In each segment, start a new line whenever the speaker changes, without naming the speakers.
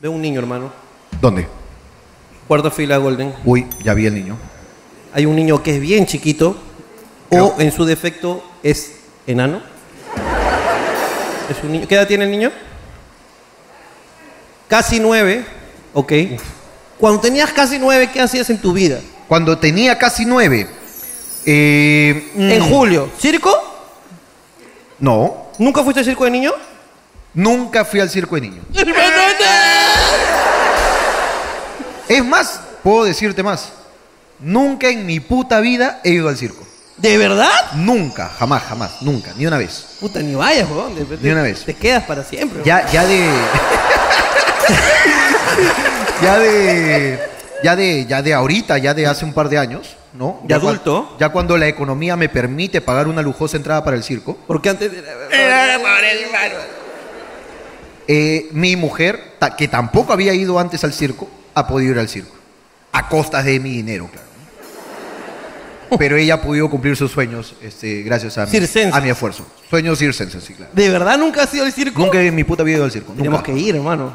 Veo un niño, hermano.
¿Dónde?
Cuarta fila, Golden.
Uy, ya vi el niño.
Hay un niño que es bien chiquito o en su defecto es enano. Es un niño. ¿Qué edad tiene el niño? Casi nueve. Ok. Cuando tenías casi nueve, ¿qué hacías en tu vida?
Cuando tenía casi nueve. eh, mm,
En julio. ¿Circo?
No,
¿Nunca fuiste a circo de niño?
nunca fui al circo de niños.
¡Hermano,
Es más, puedo decirte más. Nunca en mi puta vida he ido al circo.
¿De verdad?
Nunca, jamás, jamás, nunca, ni una vez.
Puta, ni vayas, weón. De,
Ni una vez.
Te quedas para siempre. weón.
Ya, ya de. ya de. Ya de, ya de ahorita, ya de hace un par de años, ¿no?
De
Ya cua-
adulto.
ya cuando la economía me permite pagar una lujosa entrada para el circo.
Porque antes.
Eh, mi mujer, ta- que tampoco había ido antes al circo, ha podido ir al circo. A costas de mi dinero, claro. Pero ella ha podido cumplir sus sueños este, gracias a mi,
Circenses.
a mi esfuerzo. Sueños circenses, sí, claro.
¿De verdad nunca has ido al circo?
Nunca en mi puta vida he ido al circo.
Tenemos
Nunca.
que ir, hermano.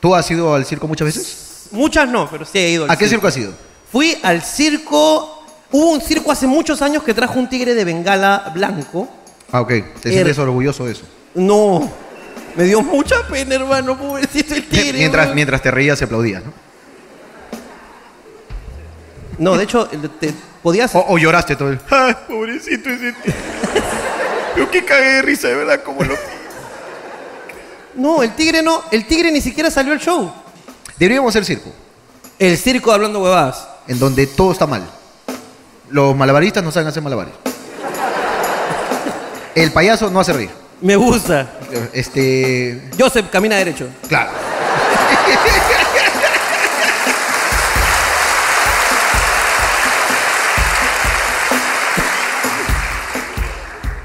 ¿Tú has ido al circo muchas veces?
Muchas no, pero sí he ido. al
¿A qué circo has ido?
Fui al circo. Hubo un circo hace muchos años que trajo un tigre de Bengala blanco.
Ah, ok. Te
Er-
sientes orgulloso de eso.
No. Me dio mucha pena, hermano. Pobrecito el tigre.
Mientras,
weón.
mientras te reías, se aplaudías, ¿no?
No, de hecho, el- te- podías.
O, o lloraste todo el...
Ay, pobrecito ese tío. Yo que cagué de risa, de verdad, como lo...
No, el tigre no. El tigre ni siquiera salió al show.
Deberíamos hacer circo,
El circo hablando huevadas.
en donde todo está mal. Los malabaristas no saben hacer malabares. El payaso no hace reír.
Me gusta.
Este.
Joseph camina derecho.
Claro.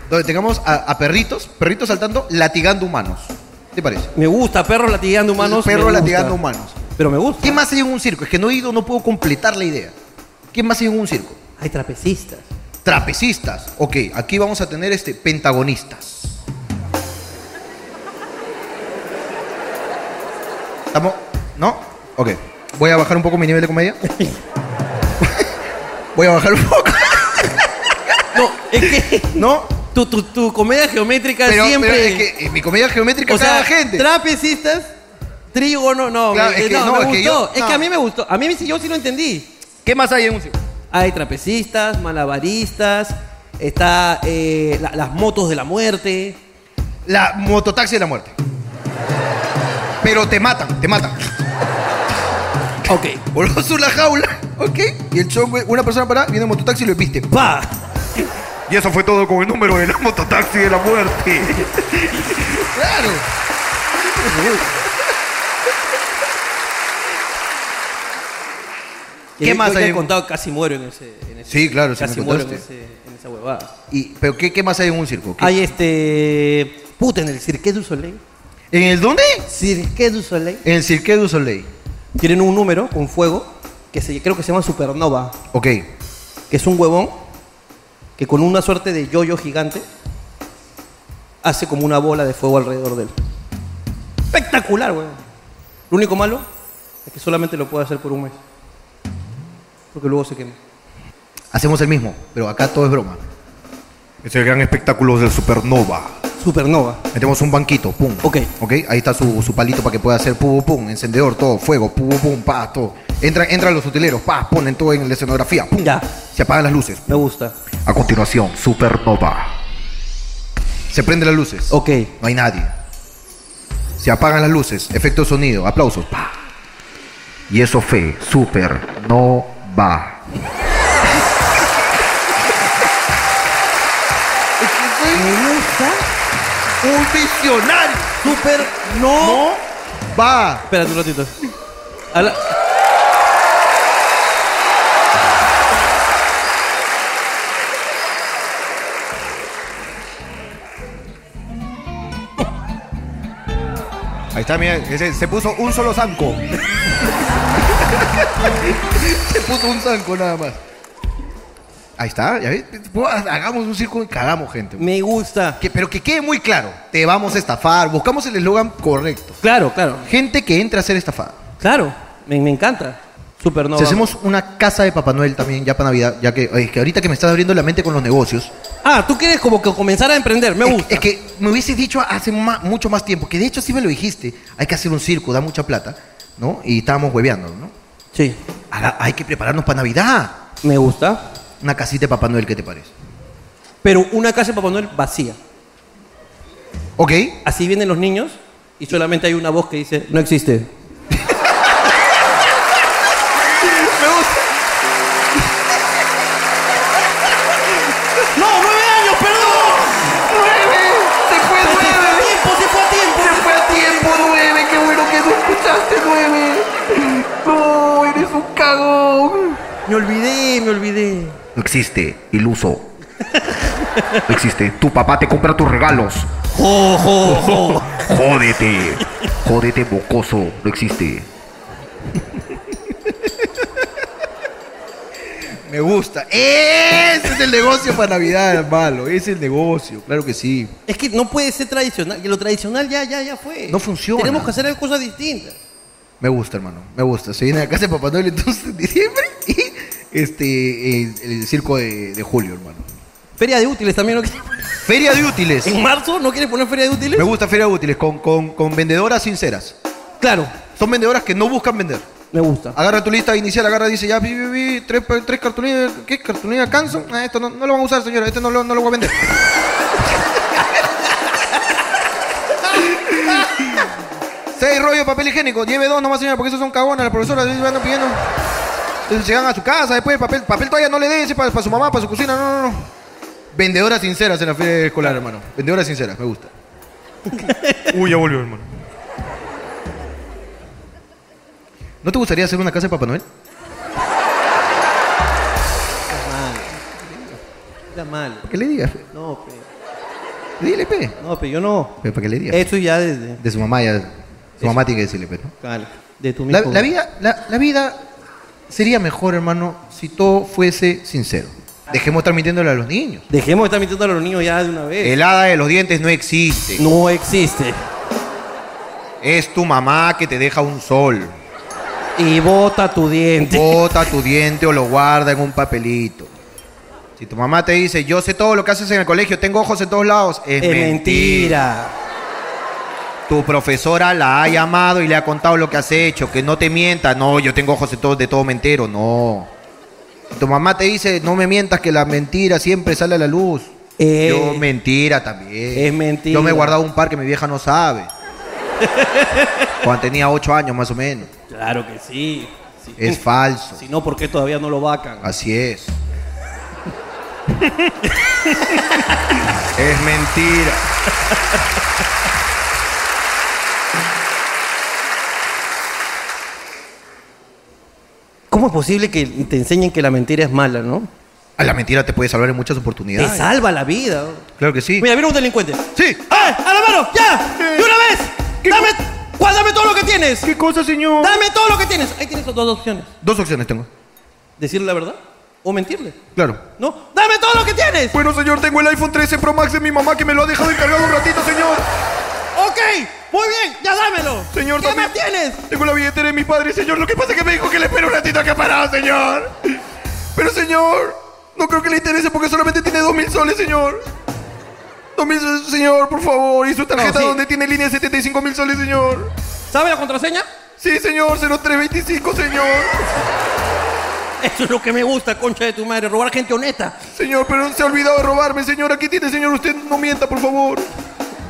Donde tengamos a, a perritos, perritos saltando, latigando humanos. ¿Te parece?
Me gusta. Perros latigando humanos. me
Perros
gusta.
latigando humanos.
Pero me gusta.
¿Qué más hay en un circo? Es que no he ido, no puedo completar la idea. ¿Qué más hay en un circo?
Hay trapecistas.
Trapecistas. Ok, aquí vamos a tener este pentagonistas. ¿Estamos? ¿No? Ok. Voy a bajar un poco mi nivel de comedia. Voy a bajar un poco.
No, es que.
¿No?
Tu, tu, tu comedia geométrica
Pero,
siempre.
pero es que en mi comedia geométrica
o sea,
cada gente.
trapecistas, trígono, no,
Claro,
me- eh,
es que-
no,
no,
me
es que
gustó.
yo-
Es
no.
que a mí me gustó. A mí sí, yo sí lo entendí.
¿Qué más hay en un circo?
Hay trapecistas, malabaristas, está eh, la- las motos de la muerte.
La mototaxi de la muerte. Pero te matan, te matan.
Ok.
Boloso la jaula, ¿ok? Y el chongo, una persona para, viene un mototaxi y lo viste.
Pa.
Y eso fue todo con el número de la mototaxi de la muerte.
¡Claro! ¿Qué
Yo-
más
yo ya
hay?
he contado casi muero en ese. en ese-
Sí, claro, sí me
Casi
este.
muero en,
contaste.
ese- en esa huevada.
Y, ¿Pero qué, qué más hay en un circo? ¿Qué-
Hay este. Puta, en el Cirque du Soleil.
¿En el dónde?
Cirque du Soleil.
En el Cirque du Soleil.
Tienen un número con fuego que se, creo que se llama Supernova.
Ok.
que es un huevón que con una suerte de yoyo gigante hace como una bola de fuego alrededor de él. Espectacular, huevón. Lo único malo es que solamente lo puede hacer por un mes. Porque luego se quema.
Hacemos el mismo, pero acá todo es broma.
Es el gran espectáculo del Supernova.
Supernova.
Metemos un banquito, pum.
Ok.
Ok, ahí está su, su palito para que pueda hacer pum, pum, encendedor, todo, fuego, pum, pum, pa, todo. Entran, entran los utileros, pa, ponen todo en la escenografía, pum.
Ya,
Se apagan las luces.
me gusta.
A continuación, Supernova. Se prenden las luces.
Ok.
No hay nadie. Se apagan las luces. Efecto sonido. Aplausos. Pa. Y eso fue Supernova.
Me gusta.
Un visionario.
Supernova.
Va.
Espérate un ratito. Habla-
Ahí está, mira. ese- se puso un solo zanco. se puso un zanco nada más. Ahí está, ya ves. Pues, Hagamos un circo y cagamos gente.
Me gusta.
Que- pero que quede muy claro, te vamos a estafar, buscamos el eslogan correcto.
Claro, claro.
Gente que entra a ser estafada.
Claro. Me, me encanta. Supernova.
si hacemos una casa de Papá Noel también, ya para Navidad, ya que, oye, es que ahorita que me estás abriendo la mente con los negocios,
Ah, tú quieres como que comenzar a emprender. Me
es-
gusta.
Es, que me hubieses dicho hace ma- mucho más tiempo, que de hecho sí me lo dijiste, hay que hacer un circo, da mucha plata, ¿no? Y estábamos hueveando, ¿no?
Sí.
Ahora hay que prepararnos para Navidad.
Me gusta.
Una casita de Papá Noel, ¿qué te parece?
Pero una casa de Papá Noel vacía.
Ok,
Así vienen los niños y solamente hay una voz que dice, no existe. ¡No, nueve años, perdón!
¡Se fue
Se fue a tiempo, se fue a tiempo.
¡Se fue a tiempo, nueve! ¡Qué bueno que no escuchaste, nueve! ¡No, eres un cagón!
Me olvidé, me olvidé.
No existe, iluso. No existe. Tu papá te compra tus regalos. Oh.
Jo, jo, jo.
Jódete. Jódete, mocoso. No existe. Me gusta. Ese es el negocio para Navidad, hermano. Ese es el negocio. Claro que sí.
Es que no puede ser tradicional. Lo tradicional ya, ya, ya fue.
No funciona.
Tenemos que hacer cosas distintas.
Me gusta, hermano. Me gusta. Se viene a casa de Papá Noel entonces en diciembre y este, eh, el circo de, de julio, hermano.
Feria de útiles también. ¿no quieres poner?
Feria de útiles.
¿En marzo no quieres poner feria de útiles?
Me gusta Feria de útiles con, con, con vendedoras sinceras.
Claro,
Son vendedoras que no buscan vender.
me gusta.
Agarra tu lista inicial, agarra, dice ya, vi, vi, vi, tres, pa- tres cartulinas, ¿qué cartulina canso? Ah, esto no, no lo van a usar, señora, este no lo, no lo voy a vender. Seis rollos de papel higiénico, lleve dos nomás, señora, porque esos son cagones, la profesora se van pidiendo. Entonces llegan a su casa, después el papel, papel todavía no le dé, ese para su mamá, para su cocina, no, no, no. Vendedoras sinceras en la feria escolar, hermano. Vendedoras sinceras, me gusta.
Uy, ya volvió, hermano.
¿No te gustaría hacer una casa de Papá Noel?
Está mal.
¿Qué le digas? pe?
No, pe.
Dile, pe.
No, pero yo no.
Pe, ¿Para qué le digas?
Eso ya desde...
De su mamá ya. Su mamá tiene que decirle, pero.
Claro, de tu
La,
mismo-
la vida, la, la vida sería mejor, hermano, si todo fuese sincero. Dejemos estar mintiéndole a los niños.
Dejemos de estar mintiendo a los niños ya de una vez.
El hada de los dientes no existe.
No existe.
Es tu mamá que te deja un sol.
Y bota tu diente.
Bota tu diente o lo guarda en un papelito. Si tu mamá te dice, yo sé todo lo que haces en el colegio, tengo ojos en todos lados, es,
Es mentira.
Tu profesora la ha llamado y le ha contado lo que has hecho, que no te mienta. No, yo tengo ojos de todo, de todo me entero. No. Tu mamá te dice, no me mientas, que la mentira siempre sale a la luz.
Eh,
yo, mentira también.
es mentira.
Eh, Yo me he guardado un par que mi vieja no sabe. Cuando tenía ocho años más o menos.
Claro que sí. Si-
Es falso.
Si no, ¿por qué todavía no lo vacan?
Así es. es mentira.
¿Cómo es posible que te enseñen que la mentira es mala, no?
A la mentira te puede salvar en muchas
Te
oportunidades.
salva la vida.
Claro que sí.
Mira, viene un delincuente.
Sí.
¡Ah! ¡A la mano! ¡Ya! ¡De una vez! ¡Dame! ¿Cuál? ¡Dame todo lo que tienes!
¿Qué cosa, señor?
¡Dame todo lo que tienes! Ahí tienes dos opciones.
Dos opciones tengo.
Decirle la verdad o mentirle.
Claro.
No, ¡dame todo lo que tienes!
Bueno, señor, tengo el iPhone 13 Pro Max de mi mamá que me lo ha dejado encargado un ratito, señor.
Ok, muy bien, ya dámelo.
Señor,
¿qué
también-
más tienes?
Tengo la billetera de mi padre, señor. Lo que pasa es que me dijo que le espero un ratito acá parado, señor. Pero, señor, no creo que le interese porque solamente tiene dos mil soles, señor. Dos mil soles, señor, por favor. ¿Y su tarjeta
sí.
donde tiene línea de 75 mil soles, señor?
¿Sabe la contraseña?
Sí, señor, 0325, señor.
Eso es lo que me gusta, concha de tu madre, robar gente honesta.
Señor, pero se ha olvidado de robarme, señor. Aquí tiene, señor. Usted no mienta, por favor.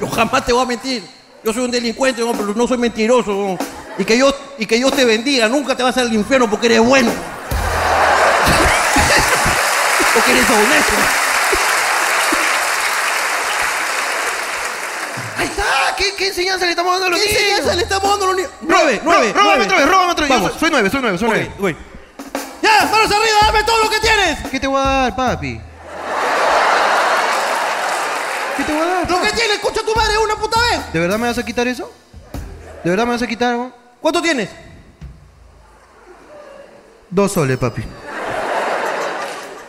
Yo jamás te voy a mentir. Yo soy un delincuente, no, pero no soy mentiroso. no. Y que yo y que Dios te bendiga, nunca te vas al infierno porque eres bueno. porque eres honesto.
Ahí está, ¿qué, qué enseñanza le estamos dando a los
¿Qué
niños?
enseñanza le estamos dando a los niños? Nueve, nueve,
Róbame otra vez, róbame otra vez. Yo
Vamos.
soy- Soy nueve, soy nueve, soy nueve.
Ok, ok. Ya, manos arriba, dame todo lo que tienes.
¿Qué te voy a dar, papi? ¿Qué te voy a dar?
Lo
papi?
que tienes, concha de tu madre, una puta vez.
¿De verdad me vas a quitar eso? ¿De verdad me vas a quitar weón?
¿Cuánto tienes?
dos soles, papi?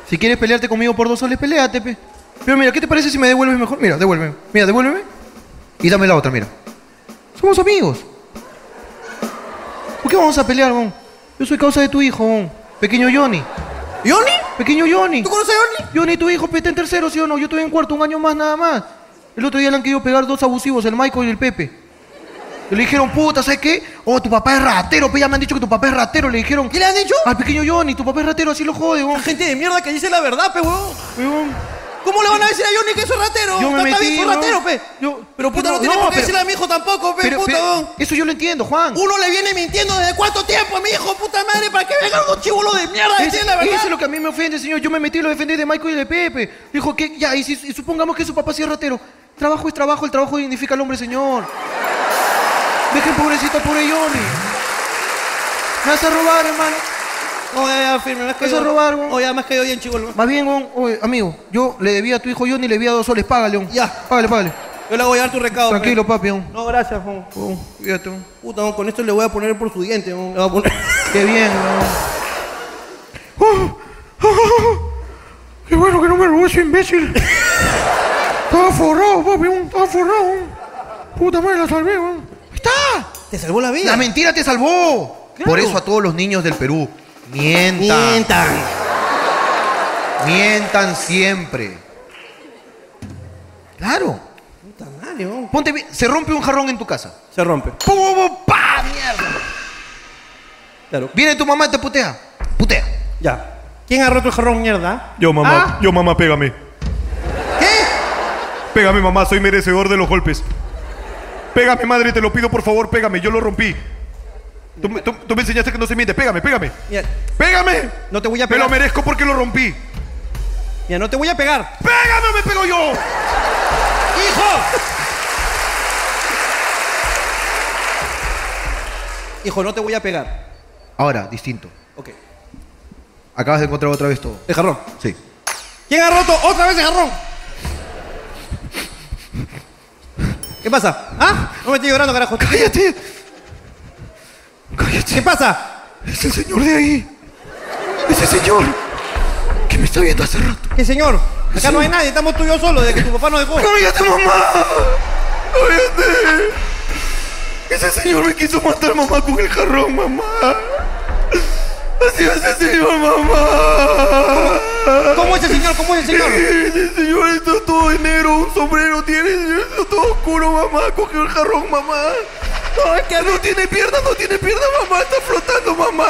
Si quieres pelearte conmigo por dos soles, peleate, pe. Pero mira, ¿qué te parece si me devuelves mejor? Mira, devuélveme. Mira, devuélveme. Y dame la otra, mira. Somos amigos. ¿Por qué vamos a pelear, bon? Yo soy causa de tu hijo, bon. Pequeño Johnny.
¿Johnny?
Pequeño Johnny.
¿Tú conoces a Johnny?
Johnny, tu hijo pe, está en tercero, ¿sí o no? Yo estoy en cuarto, un año más nada más. El otro día le han querido pegar dos abusivos, el Michael y el Pepe. Y le dijeron, puta, ¿sabes qué? Oh, tu papá es ratero, pe, ya me han dicho que tu papá es ratero. Le dijeron,
¿Qué le han dicho?
al pequeño Johnny, tu papá es ratero, así lo jode,
La
weón.
gente de mierda que dice la verdad, pe, huevón.
Weón,
¿Cómo le van a decir a Johnny que eso es ratero?
Yo me
Está- está
metí,
bien,
weón.
es ratero, pe.
Yo-
pero puta, no,
no,
tiene
no,
por qué
pero-
decirle a mi hijo tampoco, pe,
pero-
puta,
pero-
huevón.
eso yo lo entiendo, Juan.
Uno le viene mintiendo desde cuánto tiempo a mi hijo, puta madre, para que vengan unos chivolos de mierda a
Ese-
decir la verdad.
Eso es lo que a mí me ofende, señor. Yo me metí y lo defendí de Michael y de Pepe. Dijo que, ya, y, si, y supongamos que su papá sí es ratero. Trabajo es trabajo, el trabajo dignifica al hombre, señor. Dejen pobrecito al pobre Johnny. Me vas a robar, hermano.
Oye, ya, firme, me has caído.
Eso es robar, weón.
Oye, me has caído bien, chivolo.
Más bien, weón, oye, amigo, yo le debía a tu hijo Johnny, le debía dos soles. Págale, weón.
Ya. pues.
Págale, págale.
Yo le voy a dar tu recado, pe.
Tranquilo, papi, weón.
No, gracias, weón.
Weón, cuídate, weón.
Puta, weón, con esto le voy a poner por su diente, weón. Le voy a poner...
Qué bien, weón.
Qué bueno que no me robó ese imbécil. Estaba forrado, papi, un- estaba forrado. un. Puta madre, la salvé, weón.
¡Está!
Te salvó la vida.
La mentira te salvó.
Claro.
Por eso a todos los niños del Perú, mientan.
Mientan.
Mientan siempre. Claro.
Puta madre, weón.
Ponte, bien- se rompe un jarrón en tu casa.
Se rompe.
¡Pum, pum, pum, pa! ¡Mierda!
Claro.
Viene tu mamá y te putea. Putea.
Ya. ¿Quién ha roto el jarrón, mierda?
Yo,
¿Ah?
mamá, yo, mamá, pégame.
¿Qué?
Pégame, mamá, soy merecedor de los golpes. Pégame, madre, te lo pido, por favor, pégame, yo lo rompí. Tú, me- tú- tú me enseñaste que no se miente, pégame, pégame.
Mira,
¡Pégame!
no te voy a
Me
pegar.
lo merezco porque lo rompí.
Mira, no te voy a pegar.
¡Pégame, me pego yo!
¡Hijo! Hijo, no te voy a pegar.
Ahora, distinto.
Ok.
Acabas de encontrar otra vez todo.
El jarrón.
Sí.
¿Quién ha roto otra vez el jarrón? ¿Qué pasa? ¿Ah? No me estoy llorando, carajo.
¡Cállate!
¿Qué
¡Cállate!
pasa?
¡Es el señor de ahí! ¡Ese señor! Que me está viendo hace rato.
¿Qué señor? Acá no hay nadie, estamos tú y yo solos desde que tu papá nos dejó.
¡Cállate, mamá! ¡Cállate! Ese señor me quiso matar, mamá, con el jarrón, mamá. Así va ese señor, mamá.
¿Cómo es el señor? ¿Cómo es el señor?
Ese señor está todo de negro, un sombrero tiene, señor, está todo oscuro, mamá. Cogió el jarrón, mamá. Ay, que no tiene pierna, no tiene pierna, mamá. Está flotando, mamá.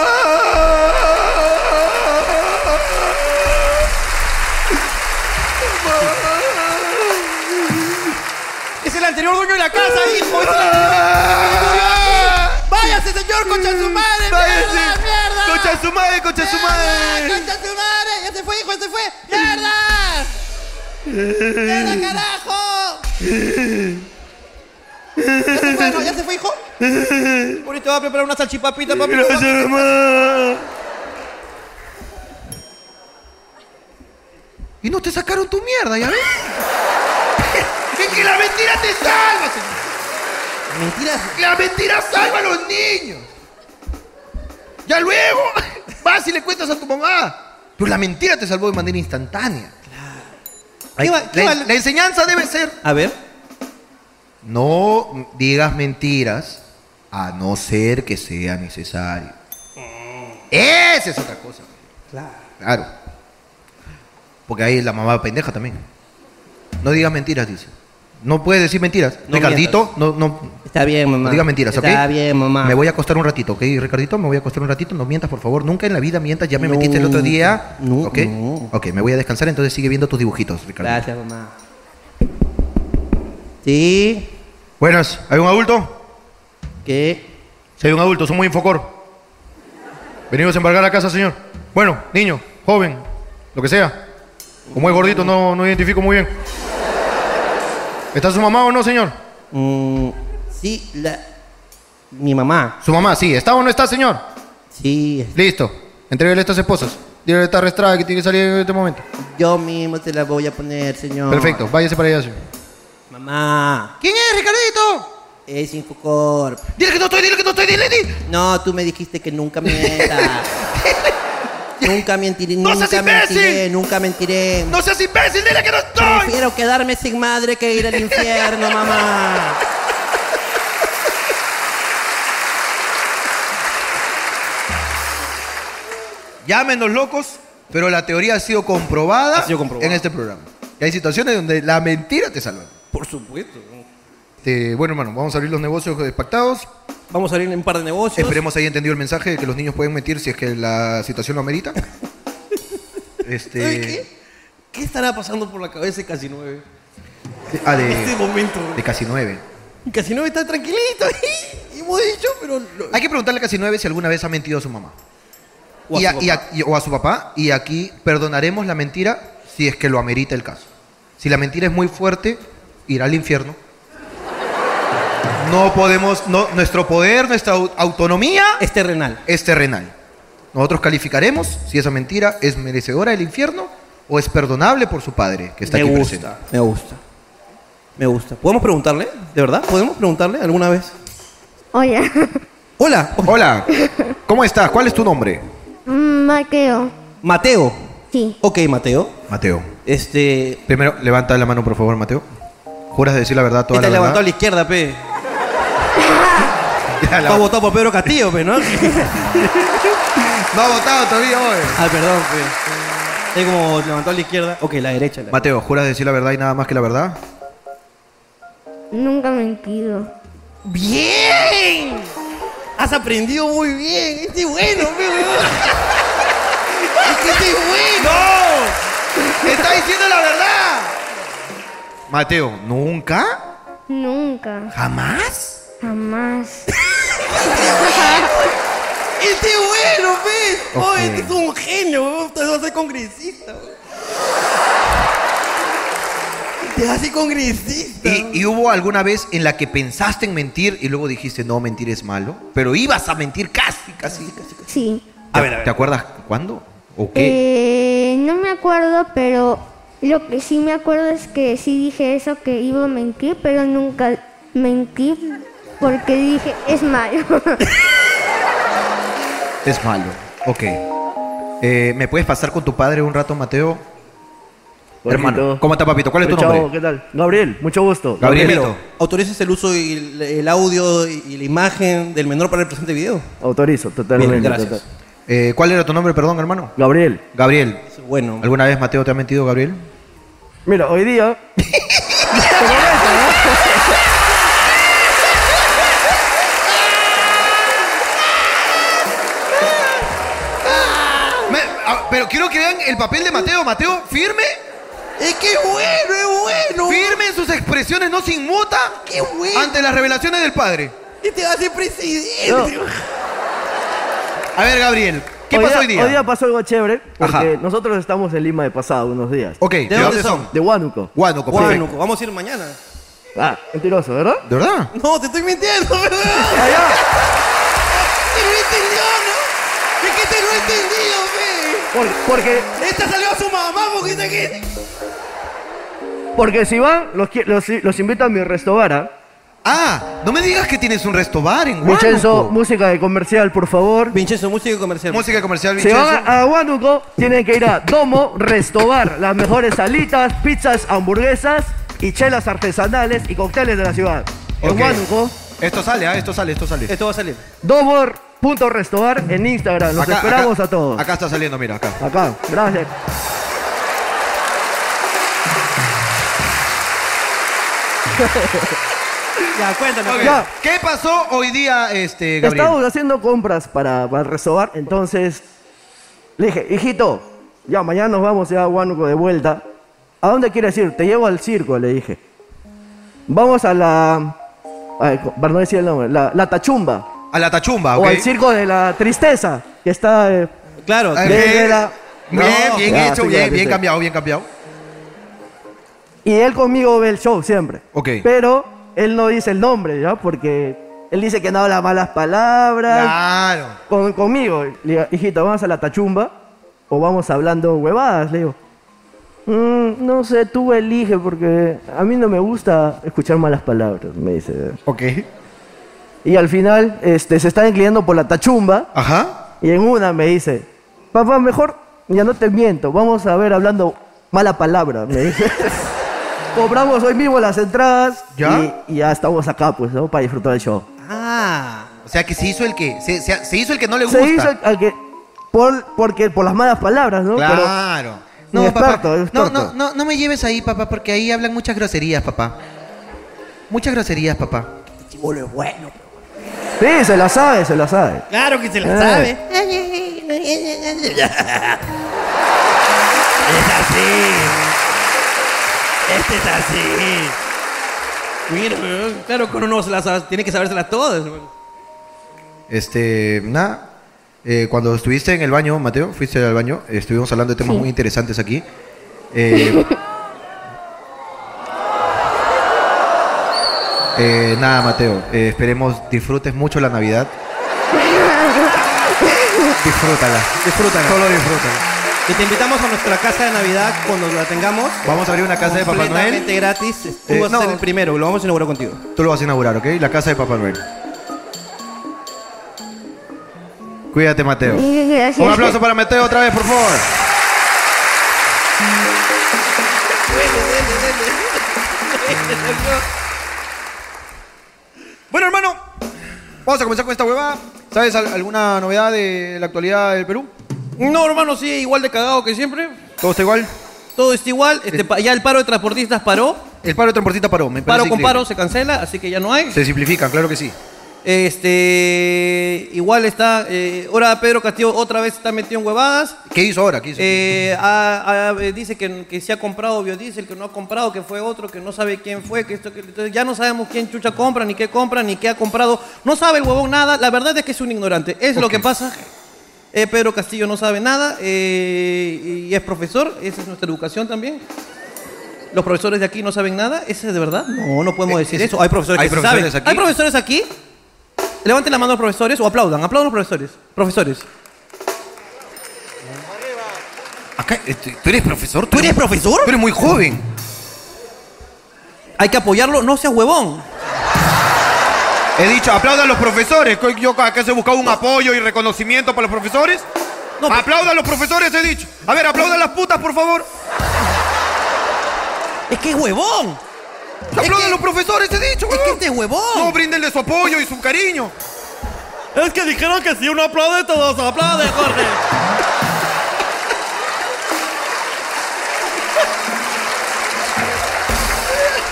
Es el anterior dueño de la casa, hijo. Es el
¡Ah!
¡Váyase, señor, concha su madre!
Váyase.
¡Mierda, mierda!
¡Concha su madre, concha su
¡Mierda,
madre!
¡Concha su madre! ¡Ya se fue, hijo, ya se fue! ¡Mierda! ¡Mierda, carajo! ¿Ya se fue, no? ¿Ya se fue, hijo? Ahorita va a preparar una salchipapita, papi.
Gracias, mamá.
Y no te sacaron tu mierda, ¿ya ves? es que la mentira te salva, señor.
Mentiras.
La mentira salva a los niños. Ya luego vas y le cuentas a tu mamá. Pero la mentira te salvó de manera instantánea.
¿Qué va- qué
la,
va-
la enseñanza debe ser
A ver.
no digas mentiras a no ser que sea necesario. Esa es otra cosa.
Claro.
Claro. Porque ahí la mamá pendeja también. No digas mentiras, dice. No puedes decir mentiras.
No
Ricardito, no, no,
Está bien, mamá.
no digas mentiras, ¿ok?
Está bien, mamá.
Me voy a acostar un ratito, ¿ok? Ricardito, me voy a acostar un ratito. No mientas, por favor. Nunca en la vida mientas. Ya me
No,
metiste el otro día.
no,
¿Ok?
no.
Ok, me voy a descansar. Entonces sigue viendo tus dibujitos, Ricardito.
Gracias, mamá. Sí.
Buenas. ¿Hay un adulto?
¿Qué?
Sí, hay un adulto. Soy muy infocor. Venimos a embargar la casa, señor. Bueno, niño, joven, lo que sea. Como es gordito, no, no identifico muy bien. ¿Está su mamá o no, señor?
Mm, sí, la... Mi mamá.
Su mamá, sí. ¿Está o no está, señor?
Sí,
Listo. Entréguele estas esposas. Dile que está arrastrada, que tiene que salir en este momento.
yo mismo se la voy a poner, señor.
Perfecto, váyase para allá, señor.
Mamá,
¿Quién es, Ricardito?
es Infocorp.
Dile que no estoy, dile que no estoy, dile, dile.
No, tú me dijiste que nunca mientas. Nunca mentiré,
¡No seas
nunca
imbécil!
mentiré, nunca mentiré.
¡No seas imbécil! ¡Dile que no estoy!
Prefiero quedarme sin madre que ir al infierno, mamá.
Llámenos locos, pero la teoría ha sido comprobada,
Ha sido comprobada.
en este programa. Y hay situaciones donde la mentira te salva.
Por supuesto.
Este, bueno, hermano, vamos a abrir los negocios pactados.
Vamos a abrir un par de negocios.
Esperemos haya entendido el mensaje de que los niños pueden mentir si es que la situación lo amerita.
¿Sabe
Este,
qué? ¿Qué estará pasando por la cabeza de Casi 9?
ah, de,
Este momento.
de casi nueve.
Casi 9 está tranquilito ahí. Hemos dicho, pero. lo-
Hay que preguntarle a casi nueve si alguna vez ha mentido a su mamá.
O a
y a-
su
y
papá.
a- y- o a su papá. Y aquí perdonaremos la mentira si es que lo amerita el caso. Si la mentira es muy fuerte, irá al infierno. No podemos, no, nuestro poder, nuestra au- autonomía
Es terrenal.
es terrenal. Nosotros calificaremos si esa mentira es merecedora del infierno o es perdonable por su padre, que está
me
aquí
gusta,
presente.
me gusta. Me gusta. ¿Podemos preguntarle? ¿De verdad? ¿Podemos preguntarle alguna vez?
Hola,
Hola, Este
Hola, ¿cómo estás? ¿Cuál es tu nombre?
Mm, Mateo.
Mateo.
Sí,
Ok, Mateo.
Mateo.
Este.
Primero, levanta la mano, por favor, Mateo. ¿Juras de decir la verdad toda la
Esta Este levantó
verdad?
a la izquierda, pe.
Ya,
Está
la-
votado por Pedro Castillo, pe, ¿no?
No ha votado todavía hoy.
ah, perdón, pe. Es como levantó a la izquierda. Ok, la derecha. la-
Mateo, ¿juras decir la verdad y nada más que la verdad?
nunca he mentido.
¡Bien! Has aprendido muy bien. Este es bueno, pe, weón. Es que este es bueno.
¡Está diciendo la verdad! Mateo, ¿nunca?
Nunca,
¿Jamás?
jamás.
Este es bueno, pe. Oh,
Ok.
este es un genio, weón. Te vas a ser congresista, weón. Te vas a ser congresista.
¿Y, y hubo alguna vez en la que pensaste en mentir y luego dijiste, no, mentir es malo? Pero ibas a mentir casi, casi, casi. casi.
Sí.
A ver, a ver.
¿Te acuerdas cuándo? ¿O qué?
Eh, no me acuerdo, pero lo que sí me acuerdo es que sí dije eso que iba a mentir, pero nunca mentí porque dije es malo.
Es malo. Ok. Eh, ¿Me puedes pasar con tu padre un rato, Mateo? Hermano, ¿cómo está, papito? ¿Cuál es tu
Chao,
nombre?
¿Qué tal? Gabriel, mucho gusto.
Gabrielito.
¿Autorices el uso y el, el audio y la imagen del menor para el presente video?
Autorizo, totalmente.
Bien, gracias.
total.
Eh, ¿Cuál era tu nombre, perdón, hermano?
Gabriel,
Gabriel.
Es bueno.
¿Alguna vez Mateo te ha mentido, Gabriel?
mira, hoy día. Te comento,
ah, pero quiero que vean el papel de Mateo. Mateo, firme,
Es que es bueno, es bueno.
firme en sus expresiones, no se inmuta
¡Qué bueno! Este
ante las revelaciones del padre.
Y te hace presidente.
A ver, Gabriel, ¿qué
¿no?
pasó hoy día?
Hoy día pasó algo chévere. Porque
Ajá.
nosotros estamos en Lima de pasado unos días.
ok, ¿de,
dónde
dónde
son?
son?
De Huánuco.
Huánuco, perfecto.
Huánuco, vamos a ir mañana.
Ah, mentiroso, ¿verdad?
¿De verdad?
No, te estoy mintiendo, ¿verdad?
Allá.
Te lo entendió, ¿no? Es que te lo he entendido, fe.
Por- porque,
Esta salió a su mamá porque está aquí.
porque si van, los, qui- los, los invito a mi restaurante.
Ah, no me digas que tienes un restobar en Huánuco.
Vincenzo, música de comercial, por favor.
Vincenzo, música comercial.
Música comercial,
Si
Vincenzo.
van a, a Huánuco, tienen que ir a Domo Restobar. Las mejores salitas, pizzas, hamburguesas y chelas artesanales y cócteles de la ciudad. En
Ok.
Huánuco,
Esto sale, ah, esto sale, esto sale.
Esto va a salir.
Domo.restobar en Instagram. Los esperamos
acá-
a todos.
Acá está saliendo, mira, acá.
Acá, gracias.
Ya, cuéntame.
Ok,
Ya.
¿Qué pasó hoy día, este, Gabriel?
Estábamos haciendo compras para, para Restobar, entonces le dije, hijito, ya mañana nos vamos ya a Huánuco de vuelta. ¿A dónde quieres ir? Te llevo al circo, le dije. Vamos a la... ay, co- para no decir el nombre, la, la Tachumba.
A la Tachumba, Ah, ok.
O al circo de la tristeza, que está... eh,
Claro,
Ah,
de-
que-
bien.
de la-
Bien,
No,
bien
ya,
hecho,
sí,
bien,
ya,
bien
sí.
cambiado, bien cambiado.
Y él conmigo ve el show siempre.
Ok.
Pero él no dice el nombre, ¿ya? Porque él dice que no habla malas palabras.
Claro.
con- conmigo. Le digo, hijito, ¿vamos a la tachumba o vamos hablando huevadas? Le digo, "Mm, no sé, tú elige porque a mí no me gusta escuchar malas palabras, me dice.
Ok.
Y al final este, se está inclinando por la tachumba
Ajá.
y en una me dice, Papá, mejor ya no te miento. Vamos a ver hablando mala palabra, me dice. Cobramos hoy mismo las entradas
¿Ya?
Y, y ya estamos acá, pues, ¿no? Para disfrutar del show.
Ah, o sea que se hizo el que, se, se- se hizo el que no le gusta.
Se hizo al que. Por, porque, por las malas palabras, ¿no? Pero-
Claro.
Ni experto,
papá. No,
experto.
no, no, no me lleves ahí, papá, porque ahí hablan muchas groserías, papá. Muchas groserías, papá.
Chibolo es bueno. pero-
sí, se la sabe, se la sabe.
Claro que se
Eh.
la sabe.
Es así. Este es así.
Mira, weón, claro que uno no se la sabe, tiene que sabérselas todas. weón.
Este, nada. eh, cuando estuviste en el baño, Mateo, fuiste al baño, estuvimos hablando de temas muy interesantes aquí. Eh, eh, nada, Mateo, eh, esperemos disfrutes mucho la Navidad. disfrútala, disfrútala. Solo disfrútala.
Y te invitamos a nuestra casa de Navidad cuando la tengamos.
Vamos a abrir una casa de Papá Noel.
Completamente gratis. Tú
Eh,
vas
no.
a ser el primero, lo vamos a inaugurar contigo.
Tú lo vas a inaugurar, ¿ok? La casa de Papá Noel. Cuídate, Mateo.
Y gracias.
Un aplauso para Mateo otra vez, por favor. Bueno, hermano, vamos a comenzar con esta huevada. ¿Sabes al- alguna novedad de la actualidad del Perú?
No, hermano, sí, igual de cagado que siempre.
¿Todo está igual? Eh.
Todo está igual. Este, pa- ya el paro de transportistas paró.
El paro de transportista paró. Me parece
Paro con
increíble.
paro se cancela, así que ya no hay.
Se simplifican, claro que sí.
Este, igual está. eh, ahora Pedro Castillo otra vez está metido en huevadas.
¿Qué hizo ahora? ¿Qué hizo?
Eh, ha- ha- eh, dice que, que se ha comprado biodiesel, que no ha comprado, que fue otro, que no sabe quién fue, que esto, que entonces ya no sabemos quién chucha compra, ni qué compra, ni qué ha comprado. No sabe el huevón nada. La verdad es que es un ignorante. Es lo
Ok.
que pasa. Eh, Pedro Castillo no sabe nada eh, y es profesor. Esa es nuestra educación también. Los profesores de aquí no saben nada. ¿Ese es de verdad? No, no podemos
Eh,
decir
es-
eso. Hay profesores
¿hay
que sí
profesores
saben.
aquí?
Hay profesores aquí. Levanten la mano a los profesores o aplaudan. Aplaudan los profesores. Profesores.
Acá, este, ¿Tú eres profesor?
¿Tú eres profesor?
Tú eres muy joven.
Hay que apoyarlo. No seas huevón.
He dicho, aplaudan a los profesores. Co- Yo acá se buscaba un apoyo y reconocimiento para los profesores.
No, pero-
aplaudan a los profesores, he dicho. A ver, aplaudan las putas, por favor.
Es que es huevón.
Aplaudan a los profesores, he dicho.
Es que
huevón.
este es huevón.
No, bríndenle su apoyo y su cariño.
Es que dijeron que si uno aplaude, todos aplauden, Jorge.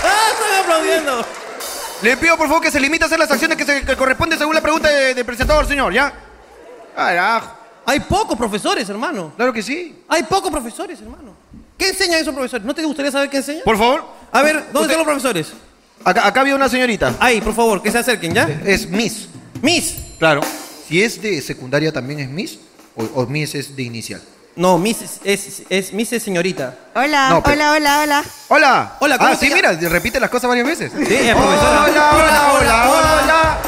¡Ah, estoy aplaudiendo!
Le pido, por favor, que se limite a hacer las acciones que se que corresponden según la pregunta de- del presentador, señor, ¿ya? Carajo.
Hay pocos profesores, hermano.
Claro que sí.
Hay pocos profesores, hermano. ¿Qué enseñan esos profesores? ¿No te gustaría saber qué enseñan?
Por favor.
A ver, ¿dónde
Usted-
están los profesores?
Acá, acá había una señorita.
Ahí, por favor, que se acerquen, ¿ya?
Es Miss.
Miss.
Claro. Si es de secundaria, ¿también es Miss? ¿O, o Miss es de inicial?
No, Miss es, es, es- Miss es señorita.
Hola,
No, pero-
hola, hola, hola.
Hola.
Hola, ¿cómo
Ah,
se
sí,
llama?
mira, repite las cosas varias veces.
Sí, es
Hola,
profesora.
hola, hola, hola.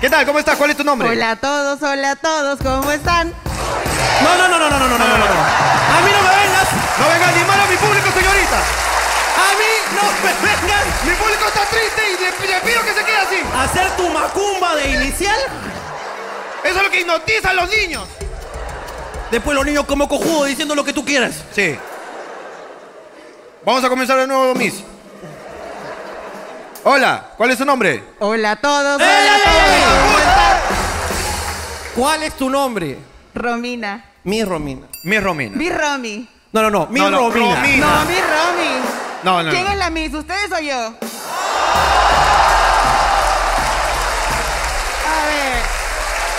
¿Qué tal? ¿Cómo estás? ¿Cuál es tu nombre?
Hola a todos, hola a todos, ¿cómo están?
No, no, no, no, no, no, no, no, no, no. A mí no me vengas.
No venga a animar a mi público, señorita.
A mí no me vengas.
Mi público está triste y le, le pido que se quede así.
hacer tu macumba de inicial.
Eso es lo que hipnotiza a los niños.
Después los niños como cojudo diciendo lo que tú quieras.
Sí. Vamos a comenzar de nuevo, Miss. Hola, ¿cuál es su nombre?
Hola a todos,
¡Ey,
hola
ey,
a todos.
ey,
¿Cómo están?
¿Cuál es tu nombre?
Romina.
Mi Romina.
Miss Romina.
Mi Romy.
No, no, no. Mi
No, no,
Romina.
Romina.
No, mi Romy.
No, no,
¿Quién
no.
es la Miss? ¿Ustedes o yo? A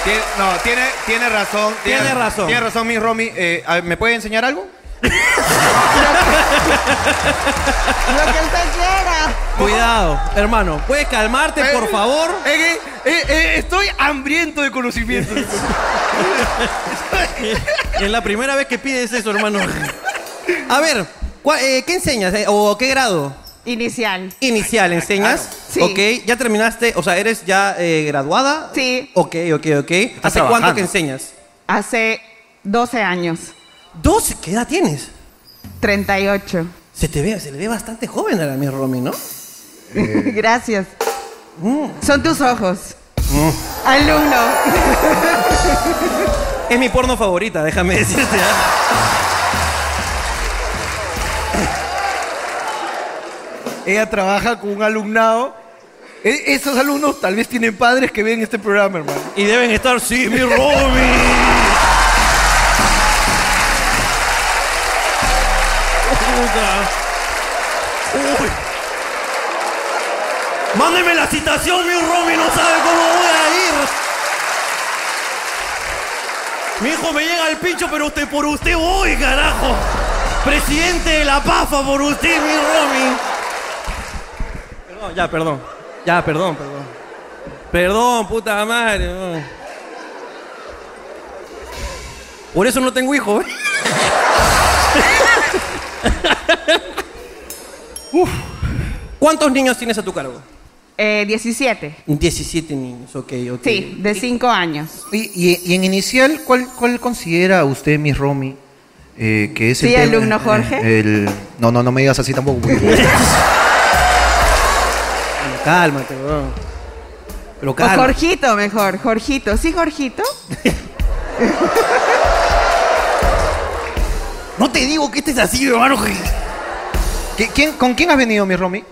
ver.
Tien- no, tiene, tiene razón.
Tiene razón.
Tiene razón, Miss Romy. Eh, a ver, ¿Me puede enseñar algo?
Lo que usted quiera.
Cuidado, hermano. ¿Puedes calmarte, por favor?
Eh, eh, eh, eh, estoy hambriento de conocimiento.
Es la primera vez que pides eso, hermano. A ver, ¿cuál- eh, ¿qué enseñas? eh? ¿O qué grado?
Inicial.
Inicial, ¿enseñas?
Sí.
Ok, ya terminaste, o sea, ¿eres ya eh, graduada?
Sí.
Ok, ok, ok. ¿Hace cuánto
trabajando.
que enseñas?
Hace 12 años.
¿Dos? ¿Qué edad tienes?
38.
Se te ve, se le ve bastante joven a la mi Romy, ¿no?
Gracias.
Mm.
Son tus ojos. Alumno.
Es mi porno favorita, déjame decirte. ¿ah?
Ella trabaja con un alumnado. E- esos alumnos tal vez tienen padres que ven este programa, hermano.
Y deben estar, sí, mi Romy. Puta. Uy. Mándeme la citación, mi Romy no sabe cómo voy a ir. Mi hijo me llega al pincho, pero usted por usted voy, carajo. Presidente de la PAFA por usted, mi Romy. Perdón, ya, perdón. Ya, perdón, perdón. Perdón, puta madre. no. Por eso no tengo hijo. ¿eh? ¿Cuántos niños tienes a tu cargo?
Eh, 17.
17 niños, ok, ok.
Sí, de 5 años.
Y, y- y en inicial, ¿cuál, cuál considera usted, Miss Romy, eh, que es
Sí,
tema-
alumno Jorge.
el- no, no, no me digas así tampoco. porque-
Cálmate, weón. Pero
O
cálmate.
Jorgito mejor, Jorgito. ¿Sí, Jorgito?
No te digo que este es así, hermano.
¿Qui- quién- ¿Con quién has venido, Miss Romy?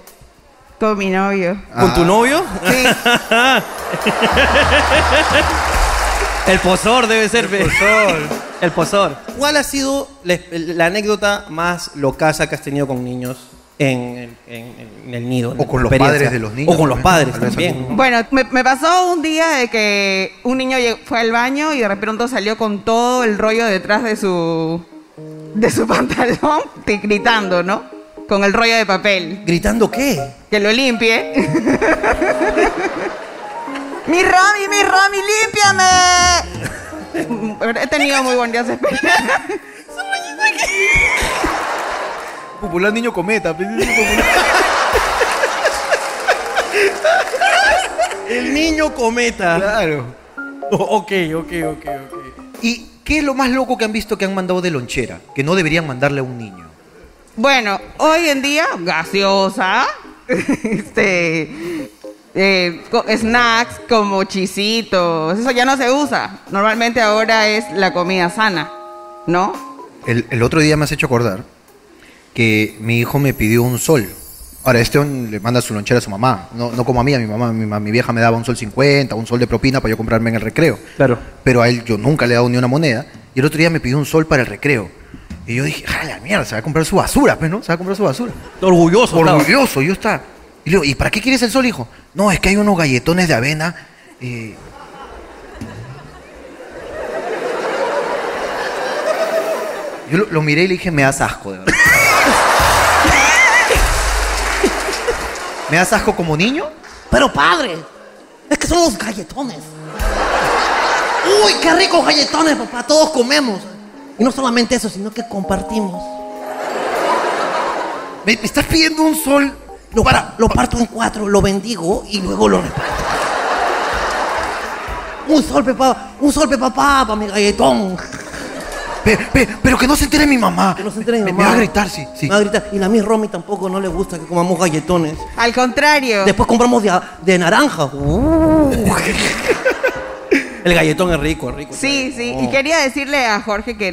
Con mi novio.
¿Con tu novio?
Sí.
El pozor debe ser. El pozor. El pozor. ¿Cuál ha sido la, la anécdota más locaza que has tenido con niños en el, en- en el nido? en
O
la
con los
experiencia?
padres de los niños,
O con
tal
los
vez,
padres
tal vez
también.
alguno.
¿no?
Bueno, me, me pasó un día de que un niño lle- fue al baño y de repente salió con todo el rollo detrás de su de su pantalón, te- gritando, ¿no? Con el rollo de papel.
¿Gritando qué?
Que lo limpie. ¡Mi Romy, mi Romy, límpiame! He tenido muy buenos días de experiencia.
Popular niño cometa. pues, niño popular.
El niño cometa.
claro.
Ok, ok, ok, ok.
¿Y qué es lo más loco que han visto que han mandado de lonchera? Que no deberían mandarle a un niño.
Bueno, hoy en día, gaseosa, este, eh, co- snacks como chisitos, eso ya no se usa. Normalmente ahora es la comida sana, ¿no?
El, el otro día me has hecho acordar que mi hijo me pidió un sol. Ahora, este on- le manda su lonchera a su mamá. No, no como a mí, a mi mamá. Mi, ma- mi vieja me daba un sol 50, un sol de propina para yo comprarme en el recreo.
Claro.
Pero a él yo nunca le he dado ni una moneda. Y el otro día me pidió un sol para el recreo. Y yo dije, ¡ah, la mierda! Se va a comprar su basura, pues, ¿no? Se va a comprar su basura.
Orgulloso. estaba.
Orgulloso, yo estaba. Y le digo, ¿y para qué quieres el sol, hijo? No, es que hay unos galletones de avena. eh, Yo lo, lo miré y le dije, me das asco, de verdad. ¿Me das asco como niño?
Pero padre, es que son los galletones. Uy, qué ricos galletones, papá. Todos comemos. Y no solamente eso, sino que compartimos.
¿Me, me estás pidiendo un sol?
Lo, par- lo parto en cuatro, lo bendigo y luego lo reparto. Un sol, papá, un sol, pe, papá, para mi galletón.
Pe- pe- pero que no se entere mi mamá.
Que no se enteren,
me, me
mamá.
va a gritar, sí. sí.
Me va a gritar. Y la Miss Romy tampoco no le gusta que comamos galletones.
Al contrario,
Después compramos de, a- de naranja.
Uh. El galletón es rico, es rico.
sí, sí.
Oh.
Y quería decirle a Jorge que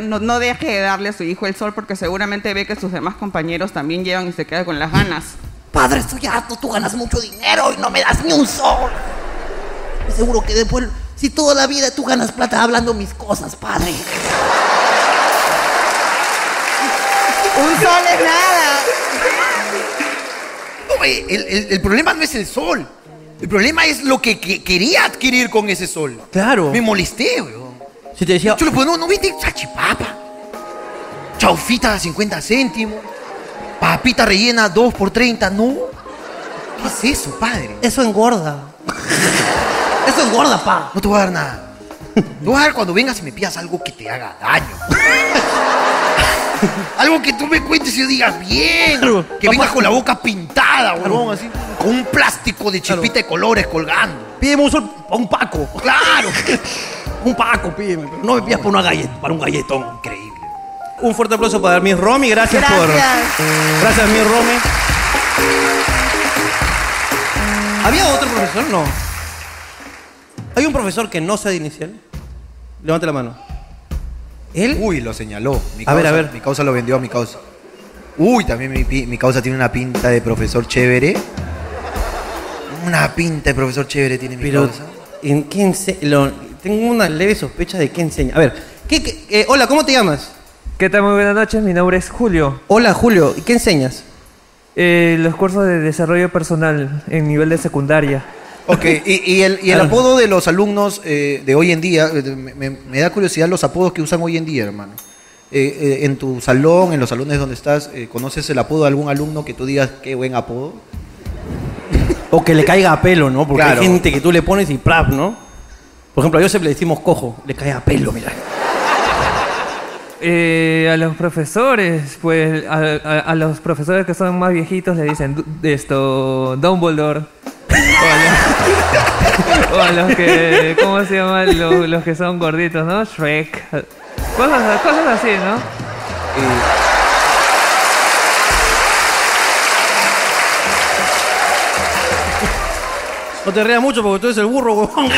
no, no deje de darle a su hijo el sol porque seguramente ve que sus demás compañeros también llevan y se queda con las ganas.
Padre, estoy harto, tú ganas mucho dinero y no me das ni un sol. Y seguro que después, si toda la vida tú ganas plata hablando mis cosas, padre.
Un sol es nada.
No, eh, el, el- el problema no es el sol. El problema es lo que, que- quería adquirir con ese sol.
Claro.
Me molesté, weón.
Si te decía,
Yo le pongo, no, no viste salchipapa. Chaufita a 50 céntimos. Papita rellena 2 por 30, no. ¿Qué es eso, padre?
Eso engorda. Eso engorda, pa.
No te voy a dar nada. Te voy a dar cuando vengas y me pidas algo que te haga daño. algo que tú me cuentes y yo digas bien.
Claro.
Que vengas con la boca pintada, huevón, así. Con un plástico de chispita de colores colgando.
pídeme un sol a un paco.
Claro.
Un paco, pídeme. pero no me pidas para, una gallet- para un galletón.
Increíble.
Un fuerte aplauso para Miss Romy. Gracias, por. Gracias, Miss Romy. ¿Había otro profesor? No. Hay un profesor que no sea de inicial, Levante la mano.
¿Él?
Uy, lo señaló. Mi
A ver,
causa-
a ver.
Mi causa lo vendió a mi causa. Uy, también mi, pi- mi causa tiene una pinta de profesor chévere. Una pinta de profesor chévere tiene mi
Pero,
causa.
¿en qué ense- lo- Tengo una leve sospecha de qué enseña. A ver, ¿qué- qué- eh, hola, ¿cómo te llamas?
¿Qué tal? Muy buenas noches, mi nombre es Julio.
Hola, Julio, ¿y qué enseñas?
Eh, los cursos de desarrollo personal en nivel de secundaria.
Ok, y, y el, y
Ah.
el apodo de los alumnos eh, de hoy en día, eh, me, me- me da curiosidad los apodos que usan hoy en día, hermano. Eh, eh, en tu salón, en los salones donde estás, eh, ¿conoces el apodo de algún alumno que tú digas qué buen apodo?
O que le caiga a pelo, ¿no? Porque
Claro.
hay gente que tú le pones y prap, ¿no? Por ejemplo, a Joseph le decimos cojo, le cae a pelo, mira.
Eh, a los profesores, pues a, a- a los profesores que son más viejitos le dicen du- esto, Dumbledore. O a, los, o a los que, ¿cómo se llama? Los, los que son gorditos, ¿no? Shrek. Cosas, cosas así, ¿no?
No te reas mucho porque tú eres el burro, huevón.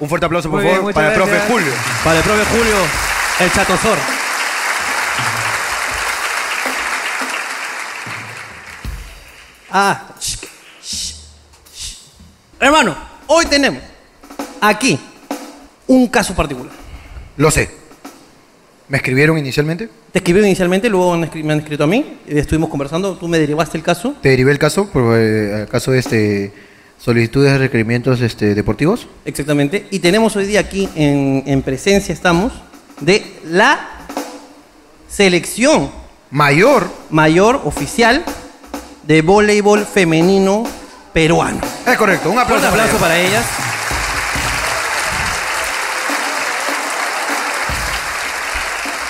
Un fuerte aplauso, por
Muy bien,
favor,
muchas
para el profe
gracias.
Julio.
Para el profe Julio, el chatozor. Ah, sh- sh- sh. hermano, hoy tenemos aquí un caso particular.
Lo sé. ¿Me escribieron inicialmente?
Te escribieron inicialmente, luego han escri- me han escrito a mí, eh, estuvimos conversando, tú me derivaste el caso.
¿Te derivé el caso? Por eh, el caso de este, solicitudes de requerimientos este, deportivos.
Exactamente. Y tenemos hoy día aquí en, en presencia, estamos, de la selección
Mayor.
mayor oficial de voleibol femenino peruano.
Es correcto. Un
Un
aplauso. para
aplauso
ella.
para ellas.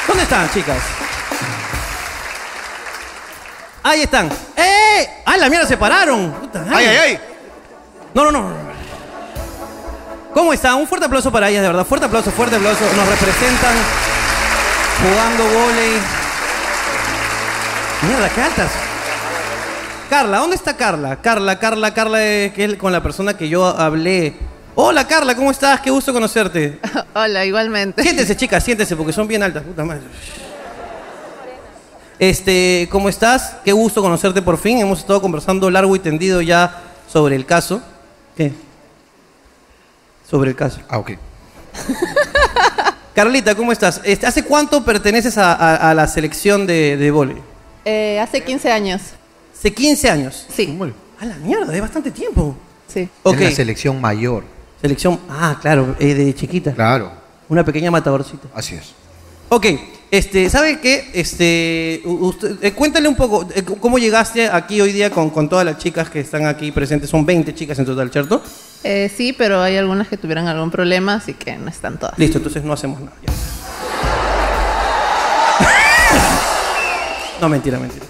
¿Dónde están, chicas? Ahí están. ¡Eh! ¡Ay, la mierda! Se pararon. Puta,
¡Ay, ay, ay!
no, no, no. no. ¿Cómo están? Un fuerte aplauso para ellas, de verdad. Fuerte aplauso, fuerte aplauso. Nos representan jugando volei. Mierda, qué altas. Carla, ¿dónde está Carla? Carla, Carla, Carla, eh, que es con la persona que yo hablé. Hola, Carla, ¿cómo estás? Qué gusto conocerte.
Hola, igualmente.
Siéntese, chicas, siéntese, porque son bien altas, puta madre. Este, ¿cómo estás? Qué gusto conocerte por fin. Hemos estado conversando largo y tendido ya sobre el caso. ¿Qué? Sobre el caso.
Ah, ok.
Carlita, ¿cómo estás? Este, ¿Hace cuánto perteneces a, a- a la selección de, de vóley?
Eh, hace 15 años.
Hace 15 años.
Sí,
A la mierda, es bastante tiempo.
sí.
Ok.
Es la selección mayor.
Selección, ah, claro, eh, de chiquita.
Claro.
Una pequeña matadorcita.
Así es.
Ok, este, ¿sabe qué? Este, u- usted- eh, cuéntale un poco, eh, c- ¿cómo llegaste aquí hoy día con, con todas las chicas que están aquí presentes? Son 20 chicas en total, ¿cierto?
Eh, sí, pero hay algunas que tuvieron algún problema, así que no están todas.
Listo, entonces no hacemos nada. ya. No, mentira, mentira.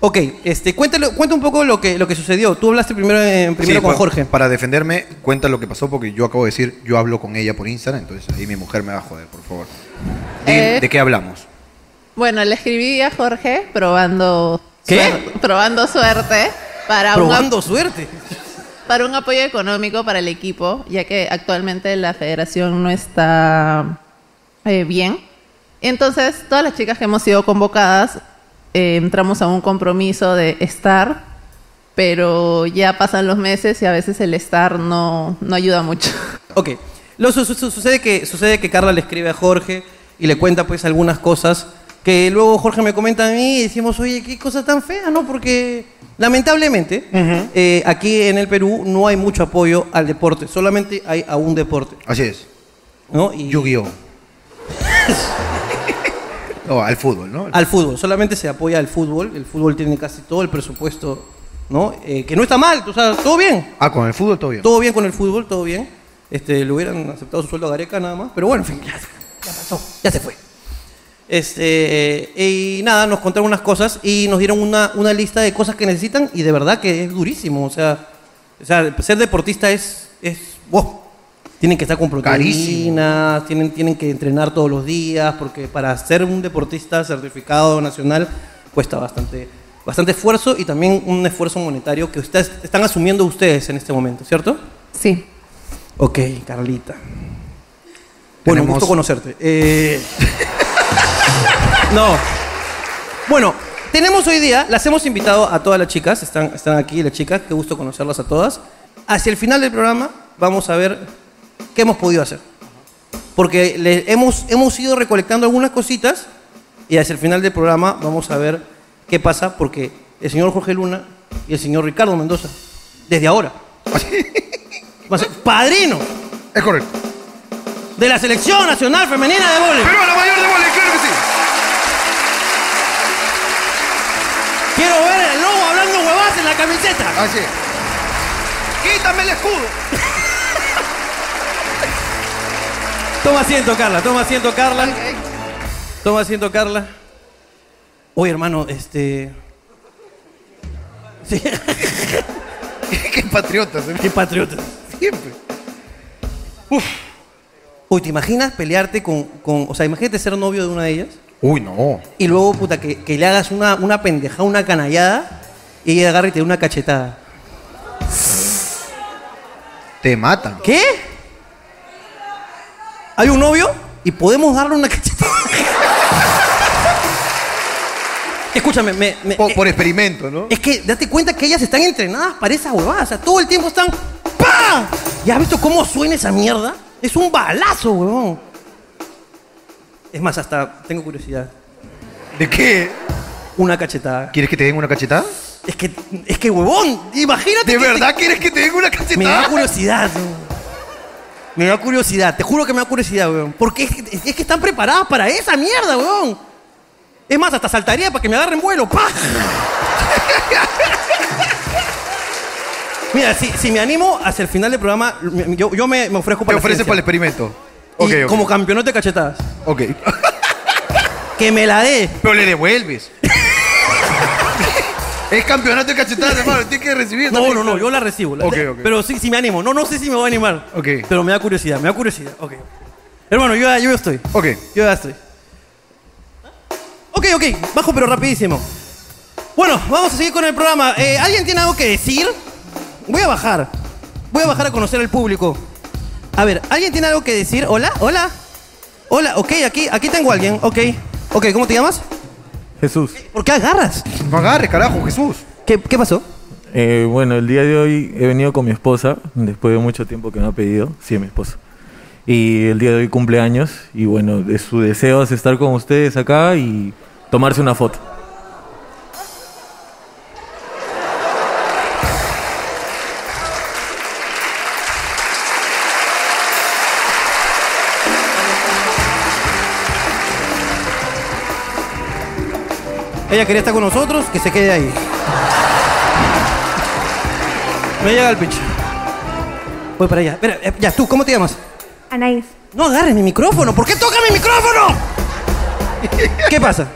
Ok, este, cuéntalo, cuenta un poco lo que, lo que sucedió. Tú hablaste primero, eh, primero
Sí,
con
pa-
Jorge.
Para defenderme, cuenta lo que pasó porque yo acabo de decir, yo hablo con ella por Instagram, entonces ahí mi mujer me va a joder, por favor. Di-
Eh.
¿De qué hablamos?
Bueno, le escribí a Jorge probando,
¿Qué?
suer- probando suerte para un, ap-
Probando suerte.
para un apoyo económico para el equipo, ya que actualmente la federación no está eh, bien. Entonces, todas las chicas que hemos sido convocadas eh, entramos a un compromiso de estar, pero ya pasan los meses y a veces el estar no, no ayuda mucho.
Ok. Lo su- su- sucede, que, sucede que Carla le escribe a Jorge y le cuenta pues algunas cosas que luego Jorge me comenta a mí y decimos, oye, qué cosa tan fea, ¿no? Porque lamentablemente eh, aquí en el Perú no hay mucho apoyo al deporte, solamente hay a un deporte,
Así es.
¿no? Y
Yu-Gi-Oh. No, al fútbol, ¿no?
al fútbol, solamente se apoya al fútbol, el fútbol tiene casi todo el presupuesto, ¿no? Eh, que no está mal, o sea, todo bien,
Ah, con el fútbol todo bien.
Todo bien con el fútbol, todo bien. Este, le hubieran aceptado su sueldo a Gareca nada más, pero bueno, en fin, ya, ya pasó, ya se fue. Este, eh, y nada, nos contaron unas cosas y nos dieron una, una lista de cosas que necesitan y de verdad que es durísimo, o sea, o sea ser deportista es, es, wow. Tienen que estar con proteínas, tienen, tienen que entrenar todos los días, porque para ser un deportista certificado nacional cuesta bastante bastante esfuerzo y también un esfuerzo monetario que ustedes están asumiendo ustedes en este momento, ¿cierto?
Sí.
Ok, Carlita. Bueno, un
Tenemos-
gusto conocerte. Eh, no. Bueno, tenemos hoy día, las hemos invitado a todas las chicas, están, están aquí las chicas, qué gusto conocerlas a todas. Hacia el final del programa vamos a ver qué hemos podido hacer. Porque le- hemos, hemos ido recolectando algunas cositas y hacia el final del programa vamos a ver qué pasa porque el señor Jorge Luna y el señor Ricardo Mendoza, desde ahora, va a ser padrino
Es correcto.
de la Selección Nacional Femenina de Voleibol.
Pero a la mayor de Bolívar, claro que sí.
Quiero ver el lobo hablando huevas en la camiseta.
Así es.
Quítame el escudo.
Toma asiento, Carla. Toma asiento, Carla. Toma asiento, Carla. Oye, hermano, este. Sí,
Qué patriotas, ¿eh?
qué patriota.
siempre.
Uy, ¿te imaginas pelearte con, con- O sea, imagínate ser novio de una de ellas
Uy, no.
y luego, puta, que, que le hagas una, una pendejada, una canallada y ella agarre y te dé una cachetada.
Te matan.
¿Qué? ¿Hay un novio? Y podemos darle una cachetada. Escúchame, me. me- eh,
Por, por experimento, ¿no?
Es que date cuenta que ellas están entrenadas para esa huevada. O sea, todo el tiempo están. ¡Pam! ¿Ya has visto cómo suena esa mierda? Es un balazo, huevón. Es más, hasta tengo curiosidad.
¿De qué?
Una cachetada.
¿Quieres que te den una cachetada?
Es que, es que huevón, imagínate.
¿De
que te-
verdad quieres que te den una
Me da
cachetada?
curiosidad, huevón. Me da curiosidad, te juro que me da curiosidad, huevón. Porque es, que- es que están preparadas para esa mierda, huevón. Es más, hasta saltaría para que me agarren vuelo, ¡pa! Mira, si, si me animo hacia el final del programa, me- yo, yo me, me ofrezco
Te
para la
ofrecen para el
presidencia.
experimento.
Y
Ok, ok.
como campeonato de cachetadas.
Ok.
Que me la dé.
Pero le devuelves. es campeonato de cachetadas, hermano. Tienes que recibir.
No,
también.
no, no, yo la recibo. la-
Ok, ok.
Pero sí, sí me animo. No, no sé si me voy a animar.
Ok.
Pero me da curiosidad, me da curiosidad. Ok. Hermano, yo, ya- yo ya estoy.
Ok.
Yo ya estoy. Ok, ok, bajo pero rapidísimo. Bueno, vamos a seguir con el programa. Eh, ¿Alguien tiene algo que decir? Voy a bajar. Voy a bajar a conocer al público. A ver, ¿alguien tiene algo que decir? Hola, hola. Hola, ok, aquí, aquí tengo a alguien. Ok. Ok, ¿cómo te llamas?
Jesús.
¿Por qué agarras?
No agarres, carajo, Jesús.
¿Qué, qué pasó?
Eh, bueno, el día de hoy he venido con mi esposa, después de mucho tiempo que me ha pedido, sí, mi esposa. Y el día de hoy cumpleaños, y bueno, de su deseo es estar con ustedes acá y tomarse una foto.
Ella quería estar con nosotros, que se quede ahí. Me llega el pinche. Voy para allá. Espera, eh, ya, tú, ¿cómo te llamas?
Anaís,
No agarres mi micrófono. ¿Por qué toca mi micrófono? ¿Qué pasa?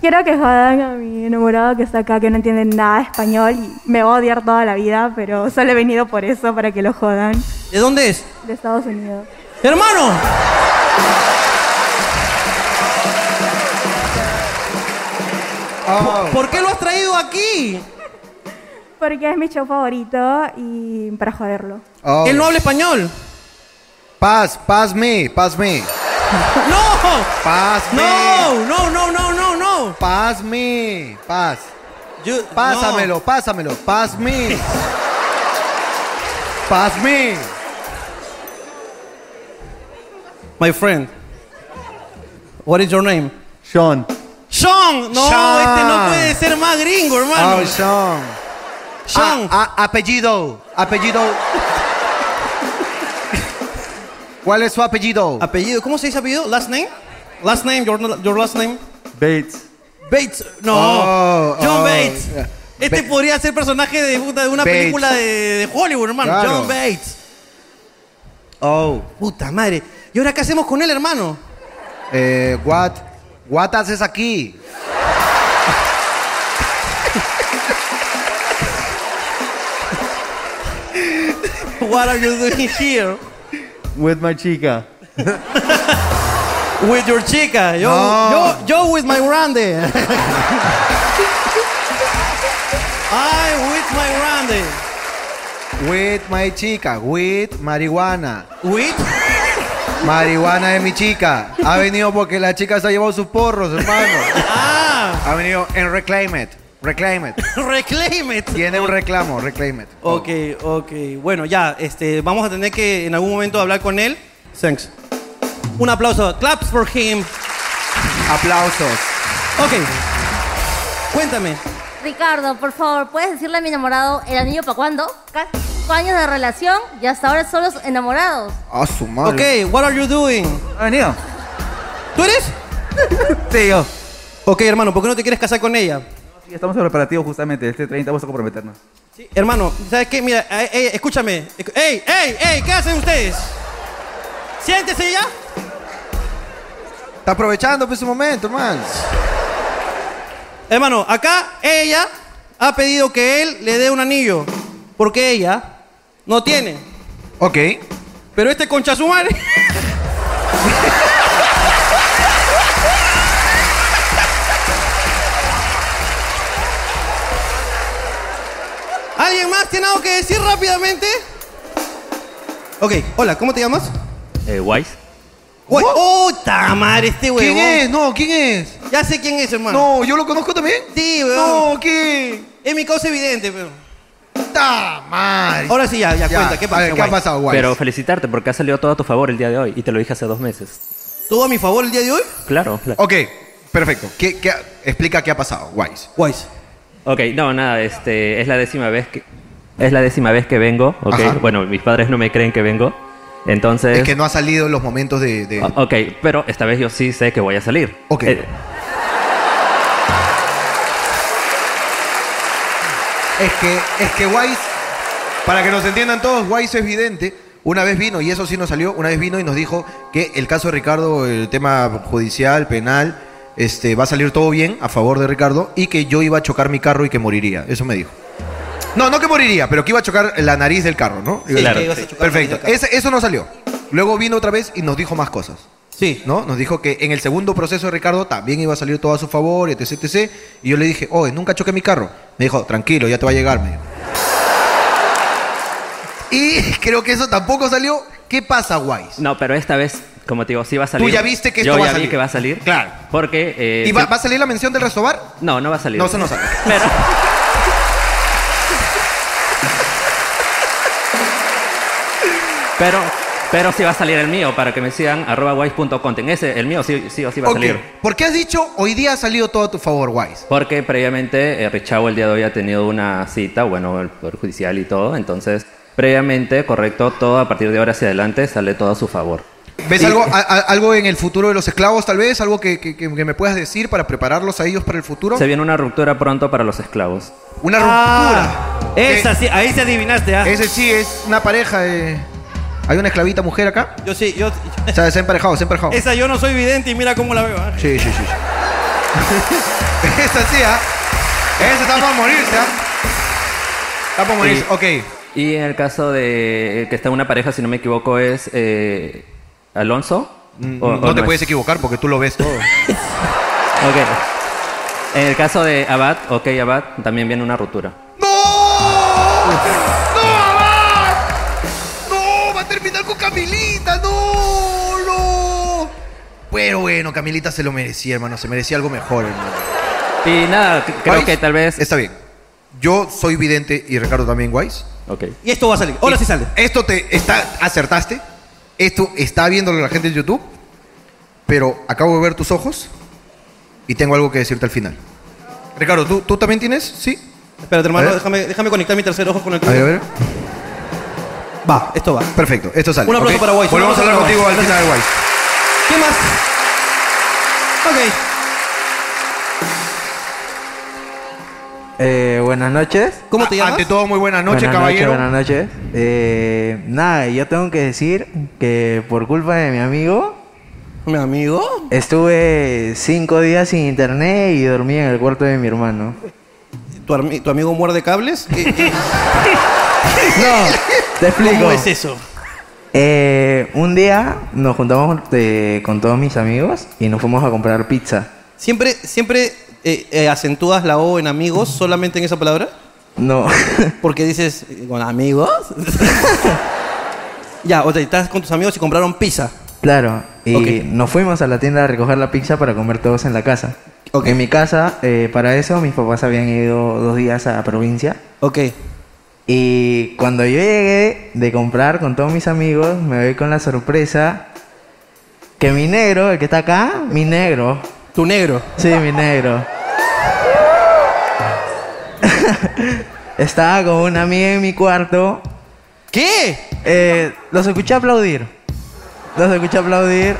Quiero que jodan a mi enamorado que está acá, que no entiende nada de español y me va a odiar toda la vida, pero solo he venido por eso, para que lo jodan,
¿De dónde es?
de Estados Unidos.
¡Hermano!
Ah,
¿Por qué lo has traído aquí?
Porque es mi show favorito y para joderlo.
ah.
Él no habla español.
Paz, pasme, pasme.
¡No!
Pasme.
¡No! ¡No, no, no, no, no!
Pasme. Paz.
Yo-
Pásamelo, pásamelo. Pasme. Pasme.
no. My friend. What is your name?
Sean.
Sean. No,
Sean.
este no puede ser más gringo, hermano.
Oh, Sean.
Sean.
A- a- apellido. Apellido. ¿Cuál es su apellido?
Apellido, ¿cómo se dice apellido? Last name? Last name, your, your last name?
Bates.
Bates. No.
Oh,
John
oh,
Bates.
yeah.
Este
Ba-
podría ser personaje de, puta de una
Bates.
película de, de Hollywood, hermano.
Claro.
John Bates.
Oh.
Puta madre. ¿Y ahora qué hacemos con él, hermano?
Eh, what? What haces aquí?
What are you doing here?
With my chica.
With your chica. Yo,
No.
yo, yo with my grande.
I'm with my grande.
With my chica, with marihuana.
With
marihuana de mi chica. Ha venido porque la chica se ha llevado sus porros, hermano.
Ah.
Ha venido en Reclaim It. Reclaim It.
Reclaim it.
Tiene un reclamo, Reclaim It.
Ok, ok. Bueno, ya, este, vamos a tener que en algún momento hablar con él. Thanks. Un aplauso. Claps for him.
Aplausos.
Ok. Cuéntame.
Ricardo, por favor, ¿puedes decirle a mi enamorado el anillo para cuándo? Casi cinco años de relación y hasta ahora solos enamorados.
Ah, su
Ok, what are you doing?
Ha venido.
¿Tú eres?
Sí, yo.
Ok, hermano, ¿por qué no te quieres casar con ella?
Sí, estamos en preparativos justamente. Este 30 vamos a comprometernos.
Hermano, ¿sabes qué? Mira, eh, eh, escúchame. Escu- ¡Ey, ey, ey! ¿Qué hacen ustedes? Siéntese ya.
Está aprovechando por ese momento, hermano.
Hermano, acá ella ha pedido que él le dé un anillo. Porque ella no tiene.
Ok.
Pero este concha su madre. ¿Alguien más tiene algo que decir rápidamente? Ok, hola, ¿cómo te llamas?
Eh, Wise.
Güey, ¡Puta madre este huevón!
¿Quién es? No, ¿quién es?
Ya sé quién es, hermano.
No, ¿yo lo conozco también?
Sí, huevón.
No, ¿quién?
Es mi causa evidente, pero.
¡Ta madre!
Ahora sí, ya, ya,
Ya,
cuenta. ¿Qué pasa,
a ver, ¿qué ha
Wise?
pasado, Wise?
Pero felicitarte porque ha salido todo a tu favor el día de hoy y te lo dije hace dos meses.
¿Todo a mi favor el día de hoy?
Claro. claro.
Ok, perfecto. ¿Qué, qué ha- explica qué ha pasado, Wise.
Wise.
Ok, no, nada, este, es la décima vez que... Es la décima vez que vengo, ok.
Ajá.
Bueno, mis padres no me creen que vengo. Entonces...
Es que no ha salido en los momentos de... de-
O- Ok, pero esta vez yo sí sé que voy a salir.
Ok.
Eh,
Es que, es que Wise, para que nos entiendan todos, Wise es vidente. Una vez vino, y eso sí nos salió, una vez vino y nos dijo que el caso de Ricardo, el tema judicial, penal, este, va a salir todo bien a favor de Ricardo y que yo iba a chocar mi carro y que moriría. Eso me dijo. No, no que moriría, pero que iba a chocar la nariz del carro, ¿no?
Sí,
Iba a-
que ibas a chocar la nariz
Perfecto.
del carro.
Ese- eso no salió. Luego vino otra vez y nos dijo más cosas.
Sí.
¿No? Nos dijo que en el segundo proceso de Ricardo también iba a salir todo a su favor, etc, etc. Y yo le dije, oye, nunca choqué mi carro. Me dijo, tranquilo, ya te va a llegar, me dijo. Y creo que eso tampoco salió. ¿Qué pasa, Wise?
no, pero esta vez, como te digo, sí va a salir.
ya viste que
Yo
esto va
ya
a
vi
salir.
que va a salir. Claro. Porque... eh,
¿Y va,
sí-
va a salir la mención del restobar?
No, no va a salir.
No, eso no sale.
Pero, pero sí va a salir el mío, para que me sigan, arroba wise.content. Ese, el mío sí, sí o sí va
Ok.
a salir.
¿Por qué has dicho hoy día ha salido todo a tu favor, Wise?
Porque previamente eh, Richavo el día de hoy ha tenido una cita, bueno, el Poder Judicial y todo. Entonces, previamente, correcto, todo a partir de ahora hacia adelante sale todo a su favor.
¿Ves algo, a- a- algo en el futuro de los esclavos, tal vez? ¿Algo que, que- que me puedas decir para prepararlos a ellos para el futuro?
Se viene una ruptura pronto para los esclavos.
Una
Ah,
ruptura. Eh,
Esa sí, ahí se adivinaste, ¿ah?
Ese sí es una pareja de. Hay una esclavita mujer acá.
Yo sí, yo.
O sea, se ha emparejado, se ha emparejado.
Esa yo no soy vidente y mira cómo la veo. ¿ah?
Sí, sí, sí. sí. Esa sí, ¿ah? Esa está para morirse, ¿ah? Está para morirse.
Y- Y en el caso de eh, que está una pareja, si no me equivoco, es eh, Alonso. ¿O- o
Mm, no te
es?
puedes equivocar porque tú lo ves todo.
Ok. En el caso de Abad, ok, Abad, también viene una ruptura.
¡No! Va a terminar con Camilita, no, no. Pero bueno, Camilita se lo merecía, hermano. Se merecía algo mejor, hermano.
Y nada, creo
Wise,
que tal vez.
Está bien. Yo soy vidente y Ricardo también, Wise.
Ok.
Y esto va a salir. Ahora sí sale.
Esto te está, acertaste. Esto está viéndolo la gente en YouTube. Pero acabo de ver tus ojos y tengo algo que decirte al final. Ricardo, ¿tú, tú también tienes? Sí.
Espérate, hermano,
A ver.
déjame, déjame conectar mi tercer ojo con el
A ver, a
tuyo.
ver.
Va, esto va.
Perfecto, esto sale.
Un aplauso
¿ok?
para Wise, un
Volvemos a
aplauso
hablar
para
contigo al
Wise.
final, Wise.
¿Qué más? Ok.
Eh, buenas noches.
¿Cómo te llamas?
Ante todo, muy buenas noches,
Buenas
caballero.
Noches, buenas noches. Eh, nada, yo tengo que decir que por culpa de mi amigo
¿Mi amigo?
estuve cinco días sin internet y dormí en el cuarto de mi hermano.
¿Tu, armi- tu amigo muerde cables? ¿Qué-
No,
qué-
te explico.
¿Cómo es eso?
Eh, un día nos juntamos eh, con todos mis amigos y nos fuimos a comprar pizza.
¿Siempre, siempre eh, eh, acentúas la O en amigos solamente en esa palabra?
No.
Porque dices, ¿con amigos? ya, o sea, estás con tus amigos y compraron pizza.
Claro, y
Ok.
nos fuimos a la tienda a recoger la pizza para comer todos en la casa. En mi casa, eh, para eso, mis papás habían ido dos días a provincia.
Ok.
Y cuando yo llegué de comprar con todos mis amigos, me doy con la sorpresa que mi negro, el que está acá, mi negro.
¿Tu negro?
Sí, mi negro. Estaba con una amiga en mi cuarto. Eh,
¿Qué?
los escuché aplaudir. Los escuché aplaudir.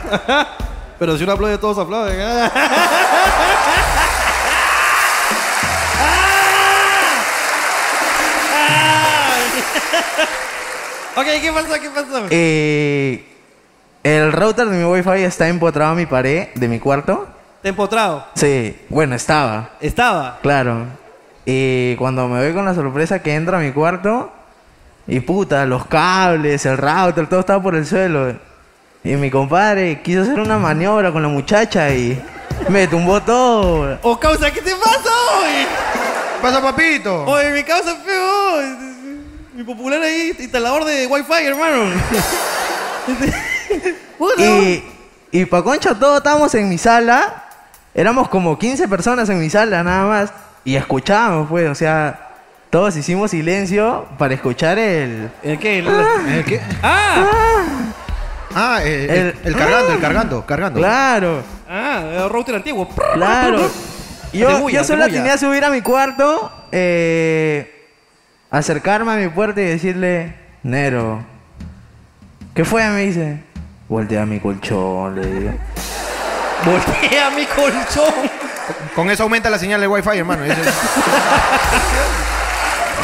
Pero si uno aplaude, todos aplauden. ¿eh? ok, ¿qué pasó? ¿Qué pasó?
Y Eh, el router de mi wifi está empotrado a mi pared de mi cuarto.
¿Te empotrado?
Sí, bueno, estaba.
¿Estaba?
Claro. Y cuando me voy con la sorpresa que entro a mi cuarto, y puta, los cables, el router, todo estaba por el suelo. Y mi compadre quiso hacer una maniobra con la muchacha y me tumbó todo.
¡Oh, causa, qué te pasa hoy!
¡Pasa, papito!
Oye, mi causa feo. Mi popular ahí, instalador de Wi-Fi, hermano.
Y, y pa' concha todos estábamos en mi sala. Éramos como 15 personas en mi sala nada más. Y escuchábamos, pues, o sea, todos hicimos silencio para escuchar el...
¿El qué? ¿El,
qué?
¡Ah!
Ah, el, el- el cargando, el cargando, cargando.
¡Ah! Claro.
Ah, el router antiguo.
Claro. Yo,
Cebolla,
yo solo
cebolla.
tenía que subir a mi cuarto, eh, acercarme a mi puerta y decirle, Nero, ¿qué fue? Me dice, voltea mi colchón, le digo.
Voltea mi colchón.
Con eso aumenta la señal del wifi, hermano. Eso-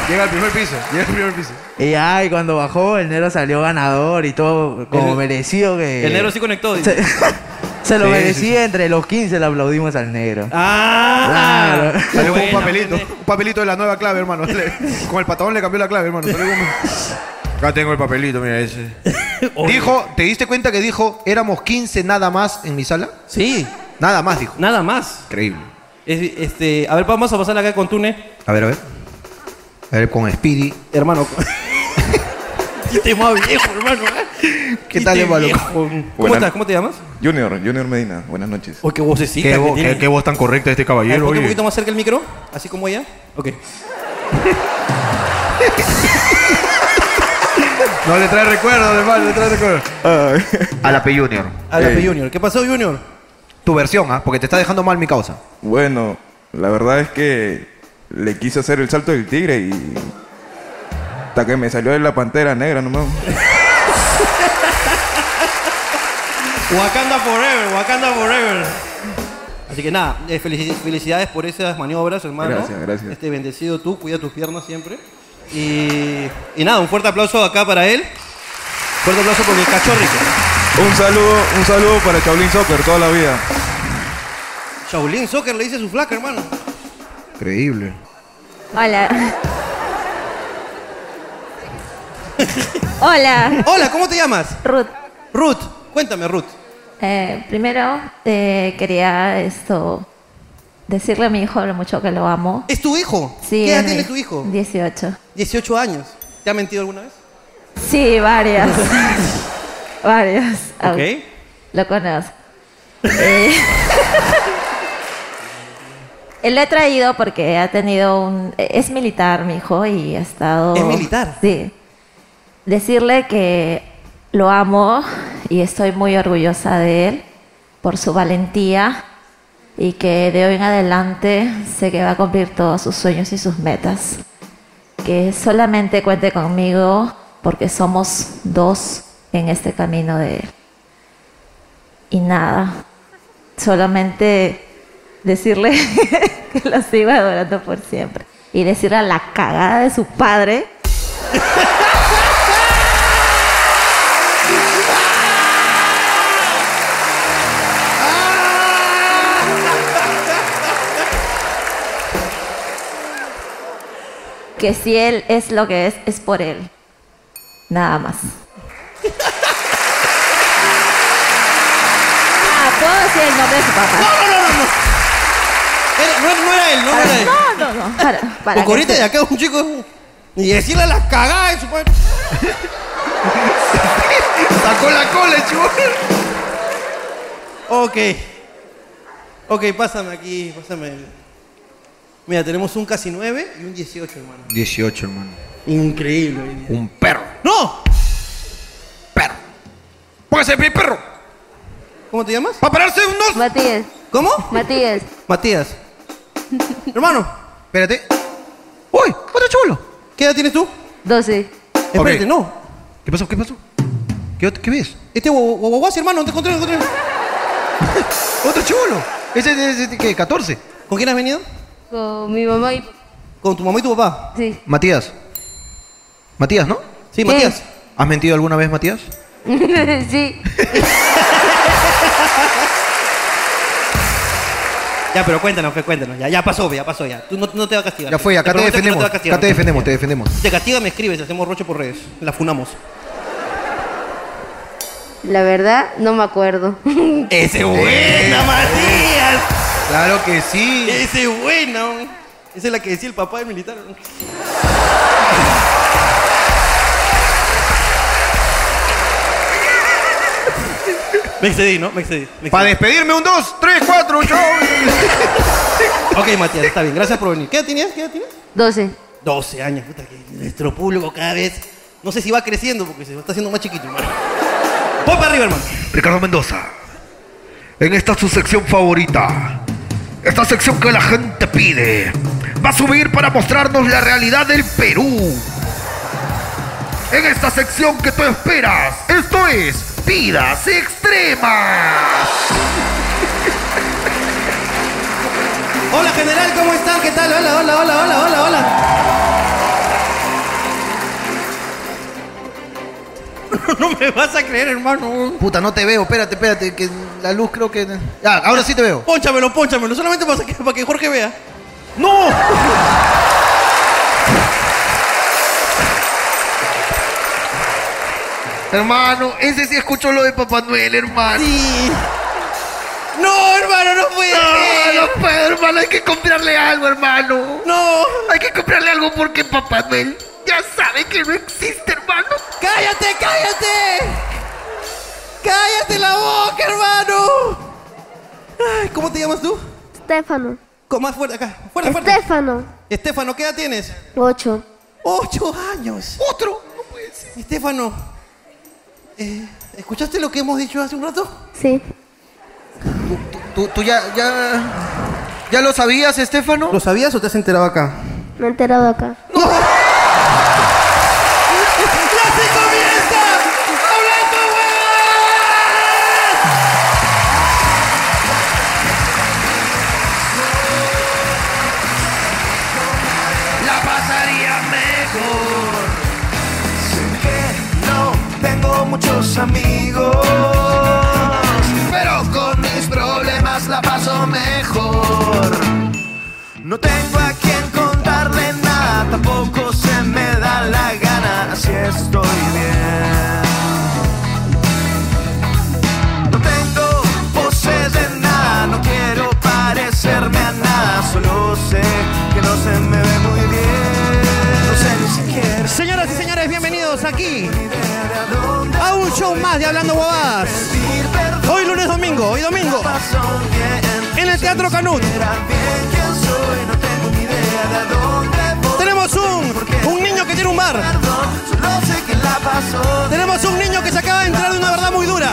llega al primer piso, llega al primer piso.
Y ay, cuando bajó, el Nero salió ganador y todo como
El-
merecido que...
El negro sí conectó. dice.
Se, se lo
Sí,
merecía
sí, sí.
entre los 15, le aplaudimos al negro.
¡Ah!
Claro.
Salió con un
Buena,
papelito, un papelito de la nueva clave, hermano. Le- con el patadón le cambió la clave, hermano. Salió con- Acá tengo el papelito, mira ese. dijo, ¿te diste cuenta que dijo, éramos 15 nada más en mi sala?
Sí.
Nada más, dijo.
Nada más.
Increíble.
Es- este, a ver, vamos a pasar acá con Tune.
A ver, a ver. A ver, con Speedy.
Hermano. ¿Qué te más viejo, hermano? ¿Qué
tal, hermano?
¿Cómo estás? ¿Cómo te llamas?
Junior, Junior Medina. Buenas noches.
Oh, qué vocecita Qué que vo- tiene. qué- qué
voz tan correcta de este
A ver,
caballero,
ponte un poquito más cerca el micro, así como ella. Ok.
No le trae recuerdos, hermano, le trae recuerdos.
Ah.
A la P Junior.
A
Eh.
la P Junior. ¿Qué pasó, Junior?
Tu versión, ¿ah? Porque te está dejando mal mi causa.
Bueno, la verdad es que Eh, le quise hacer el salto del tigre y. Hasta que me salió de la pantera negra nomás.
Wakanda Forever, Wakanda Forever. Así que nada, eh, felici- felicidades por esas maniobras, hermano.
Gracias, gracias.
Este bendecido tú, cuida tus piernas siempre. Y, y nada, un fuerte aplauso acá para él. Fuerte aplauso porque cachorrico.
Un saludo, un saludo para Shaolin Soccer toda la vida.
Shaolin Soccer le dice su flaca, hermano.
Increíble.
Hola. Hola.
Hola, ¿cómo te llamas?
Ruth.
Ruth, cuéntame, Ruth.
Eh, primero, eh, quería esto decirle a mi hijo lo mucho que lo amo.
¿Es tu hijo?
Sí.
¿Qué edad
es
tiene
mi-
tu hijo?
18.
18 años. ¿Te ha mentido alguna vez?
Sí, varias. varias. Au.
Ok.
Lo conozco. Eh, eh, lo he traído porque ha tenido un... eh, Es militar mi hijo y ha estado...
¿Es militar?
Sí. Decirle que lo amo y estoy muy orgullosa de él por su valentía y que de hoy en adelante sé que va a cumplir todos sus sueños y sus metas. Que solamente cuente conmigo porque somos dos en este camino de él. Y nada, solamente decirle que lo sigo adorando por siempre. Y decirle a la cagada de su padre. que si él es lo que es, es por él. Nada más. Ah, ¿puedo decir el nombre de su papá?
No, no, no, no. Eres- no, no era él, no, no era él.
No, no, no. Para, para
Porque
que
ahorita
se-
de acá un chico. Y decirle las cagadas de su padre. Sacó la cola, chibón. Ok. Ok, pásame aquí, pásame. el- Mira, tenemos un casi 9 y un 18, hermano.
18, hermano.
Increíble.
Un perro.
¡No!
Póngase de pie, perro.
¿Cómo te llamas?
¡Para pararse un dos!
Matías.
¿Cómo?
Matías.
Matías. Hermano. Espérate. ¡Uy! ¡Otro chulo! ¿Qué edad tienes tú?
12.
Espérate,
Ok.
no.
¿Qué pasó? ¿Qué pasó? ¿Qué, qué ves?
Este guau- guau- guaguasi, hermano, te encontré, te encontré.
Otro chulo. ¿Ese es qué? ¿14?
¿Con quién has venido?
Con mi mamá y...
Con tu mamá y tu papá.
Sí.
Matías. Matías, ¿no?
Sí, Matías.
¿Has mentido alguna vez, Matías?
sí.
Ya, pero cuéntanos, que cuéntanos. Ya, ya pasó, ya pasó, ya. Tú no, no te vas a castigar.
Ya fue, acá te
prometo que no
defendemos.
vas a castigar,
Acá te
no vas a
defendemos, te defendemos.
castigar. Te castiga, me escribes, hacemos roche por redes. La funamos.
La verdad, no me acuerdo.
¡Ese buena, Matías!
Claro que sí.
¡Ese buena! hombre. Esa es la que decía el papá del militar. Me excedí, ¿no? Me excedí.
Para despedirme, un dos, tres, cuatro, chao.
Ok, Matías, está bien. Gracias por venir. ¿Qué edad tenías? ¿Qué edad tenías?
12.
12 años, puta, que nuestro público cada vez. No sé si va creciendo porque se está haciendo más chiquito, hermano. Pon para arriba, hermano.
Ricardo Mendoza, en esta su sección favorita, esta sección que la gente pide, va a subir para mostrarnos la realidad del Perú. En esta sección que tú esperas, esto es Vidas Extremas.
Hola, general, ¿cómo están? ¿Qué tal? Hola, hola, hola, hola, hola, hola. no me vas a creer, hermano.
Puta, no te veo. Espérate, espérate. Que la luz creo que. Ya, ahora sí te veo.
Pónchamelo, pónchamelo. Solamente para que, para que Jorge vea.
¡No!
Hermano, ese sí escuchó lo de Papá Noel, hermano.
Sí. No, hermano, no puede
ser. No puedo, hermano, hay que comprarle algo, hermano.
No.
Hay que comprarle algo porque Papá Noel ya sabe que no existe, hermano.
¡Cállate, cállate! ¡Cállate la boca, hermano! Ay, ¿Cómo te llamas tú?
Estefano.
Con más fuerte acá. Fuerte, fuerte.
Estefano.
Estefano, ¿qué edad tienes?
8.
¡Ocho años! ¡Otro! No puede ser. Estefano, eh, ¿escuchaste lo que hemos dicho hace un rato?
Sí.
¿Tú, tú ya, ya. ¿Ya lo sabías, Estefano?
¿Lo sabías o te has enterado acá?
Me he enterado acá.
La pasaría mejor. Sé que no tengo muchos amigos, pero con mis problemas la paso mejor. No tengo a quien contarle nada, tampoco se me da la gana, así estoy bien. No tengo poses de nada, no quiero parecerme a nada, solo sé que no se me ve muy bien. No sé ni siquiera.
Señoras y señores, bienvenidos aquí a un show más de Hablando Guabadas. Hoy lunes, domingo, hoy domingo. En el Teatro Canut. Tenemos un, un niño que tiene un bar. Tenemos un niño que se acaba de entrar de una verdad muy dura.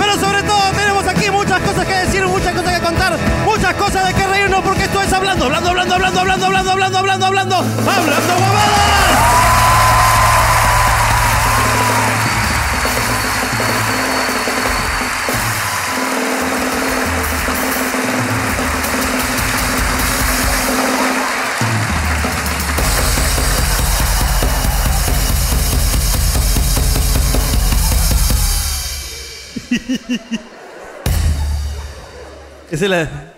Pero sobre todo tenemos aquí muchas cosas que decir, muchas cosas que contar, muchas cosas de que reírnos porque esto es hablando, hablando, hablando, hablando, hablando, hablando, hablando, hablando, hablando, hablando huevadas. Esa es la.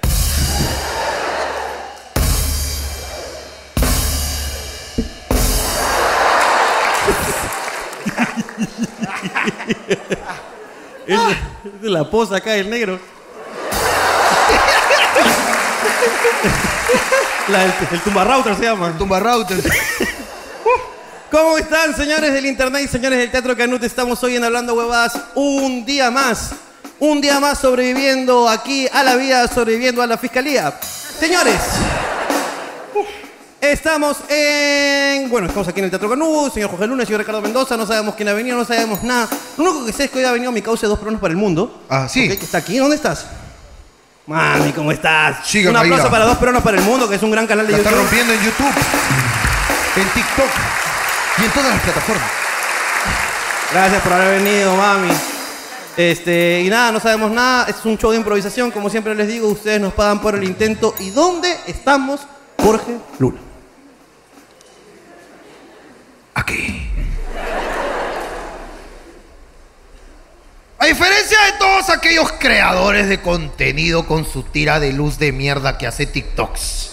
Es la, es la posa acá del negro. La del- el tumba router se llama. El tumba router. ¿Cómo están, señores del internet y señores del Teatro Canut? Estamos hoy en Hablando Huevadas un día más. Un día más sobreviviendo aquí a la vida, sobreviviendo a la fiscalía. Señores, estamos en. Bueno, estamos aquí en el Teatro Canut, señor Jorge Luna, señor Ricardo Mendoza, no sabemos quién ha venido, no sabemos nada. Lo único que sé es que hoy ha venido mi causa de dos peruanos para el mundo. Ah, sí. Que está aquí, ¿dónde estás? Mami, ¿cómo estás?
Sigan
un aplauso
ahí,
para dos peruanos para el mundo, que es un gran canal de
La
YouTube.
está rompiendo en YouTube, en TikTok y en todas las plataformas.
Gracias por haber venido, mami. Este, y nada, no sabemos nada. Este es un show de improvisación. Como siempre les digo, ustedes nos pagan por el intento. ¿Y dónde estamos, Jorge Luna?
A diferencia de todos aquellos creadores de contenido con su tira de luz de mierda que hace TikToks.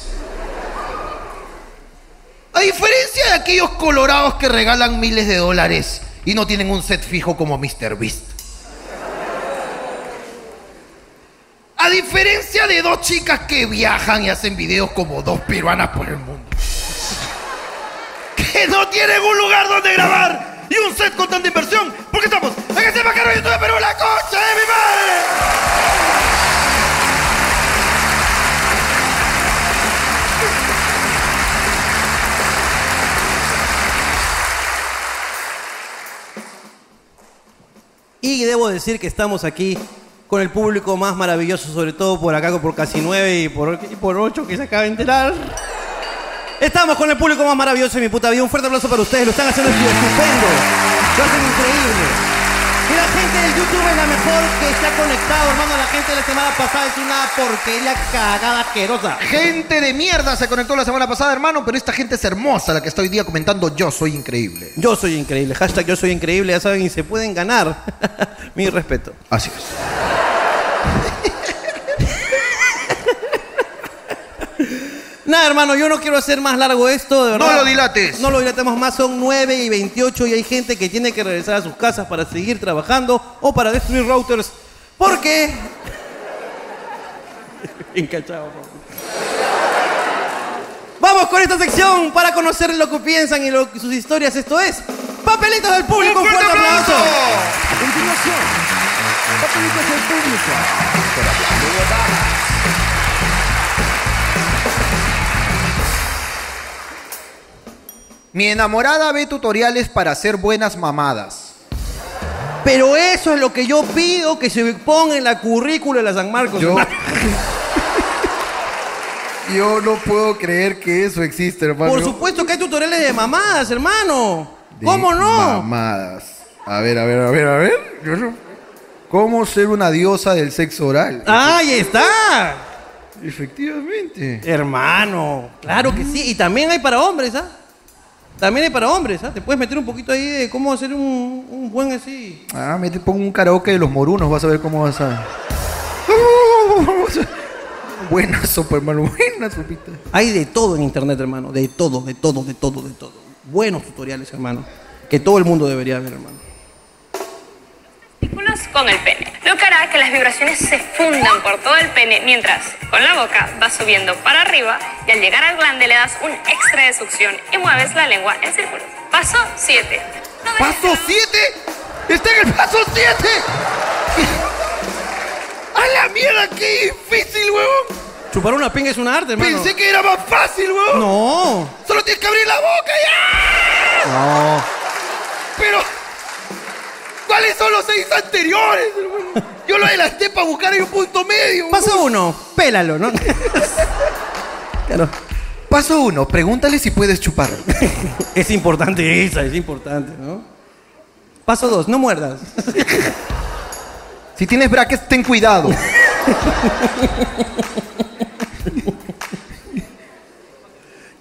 A diferencia de aquellos colorados que regalan miles de dólares y no tienen un set fijo como MrBeast. A diferencia de dos chicas que viajan y hacen videos como dos peruanas por el mundo.
que no tienen un lugar donde grabar y un set con tanta inversión, porque estamos en este macaro de YouTube de Perú, la concha de mi madre.
Y debo decir que estamos aquí con el público más maravilloso, sobre todo por acá, por casi nueve y por, y por ocho que se acaba de enterar. Estamos con el público más maravilloso de mi puta vida. Un fuerte aplauso para ustedes. Lo están haciendo estupendo. Lo hacen increíble. Y la gente del YouTube es la mejor que está conectado, hermano. La gente de la semana pasada es una porquería cagada asquerosa.
Gente de mierda se conectó la semana pasada, hermano, pero esta gente es hermosa, la que está hoy día comentando Yo soy increíble.
Yo soy increíble. Hashtag yo soy increíble, ya saben, y se pueden ganar. Mi respeto.
Así es.
Nada, hermano, yo no quiero hacer más largo esto, de verdad.
No lo dilates.
No lo dilatemos más, son 9 y 28 y hay gente que tiene que regresar a sus casas para seguir trabajando o para destruir routers. Porque. Encachado, Vamos con esta sección para conocer lo que piensan y lo- sus historias. Esto es Papelitos del Público. Un fuerte aplauso.
A
continuación, Papelitos del Público.
Mi enamorada ve tutoriales para hacer buenas mamadas.
Pero eso es lo que yo pido que se ponga en la currícula de la San Marcos.
Yo no puedo creer que eso existe, hermano.
Por supuesto que hay tutoriales de mamadas, hermano.
De
¿Cómo no?
Mamadas. A ver, a ver, a ver, a ver. Yo no- ¿Cómo ser una diosa del sexo oral?
¡Ahí está!
Efectivamente.
Eh. Hermano, claro que sí. Y también hay para hombres, ¿ah? También hay para hombres, ¿ah? Te puedes meter un poquito ahí de cómo hacer un, un buen así.
Ah, me te pongo un karaoke de los morunos, vas a ver cómo vas a. Buena sopa, pues, hermano, buena sopita.
Hay de todo en internet, hermano. De todo, de todo, de todo, de todo. Buenos tutoriales, hermano. Que todo el mundo debería ver, hermano.
testículos con el pene, lo que hará que las vibraciones se fundan por todo el pene mientras con la boca vas subiendo para arriba y al llegar al glande le das un extra de succión y mueves la lengua en círculo. Paso 7.
¿Paso 7? ¡Está en el paso 7! ¡A la mierda! ¡Qué difícil, huevón!
Chupar una pinga es una arte, hermano.
Pensé que era más fácil, huevón.
No.
Solo tienes que abrir la boca ya.
No.
Pero, ¿cuáles son los seis anteriores? hermano? Yo lo adelanté para buscar ahí un punto medio.
Paso uno, pélalo, ¿no? Claro.
Paso uno, pregúntale si puedes chupar.
Es importante esa, es importante, ¿no? Paso dos, no muerdas.
Si tienes brackets, ten cuidado.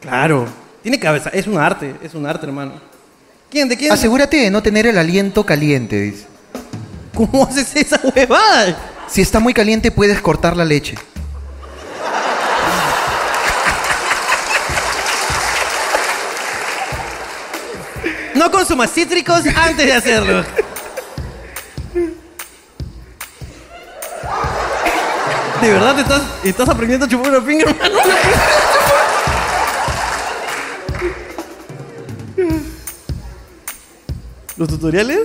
Claro. Tiene cabeza, es un arte, es un arte, hermano. ¿Quién? ¿De quién?
Asegúrate de no tener el aliento caliente, dice.
¿Cómo haces esa huevada?
Si está muy caliente, puedes cortar la leche.
No consumas cítricos antes de hacerlo. ¿De verdad te estás, estás aprendiendo a chupar una pinga, hermano? ¿Los tutoriales?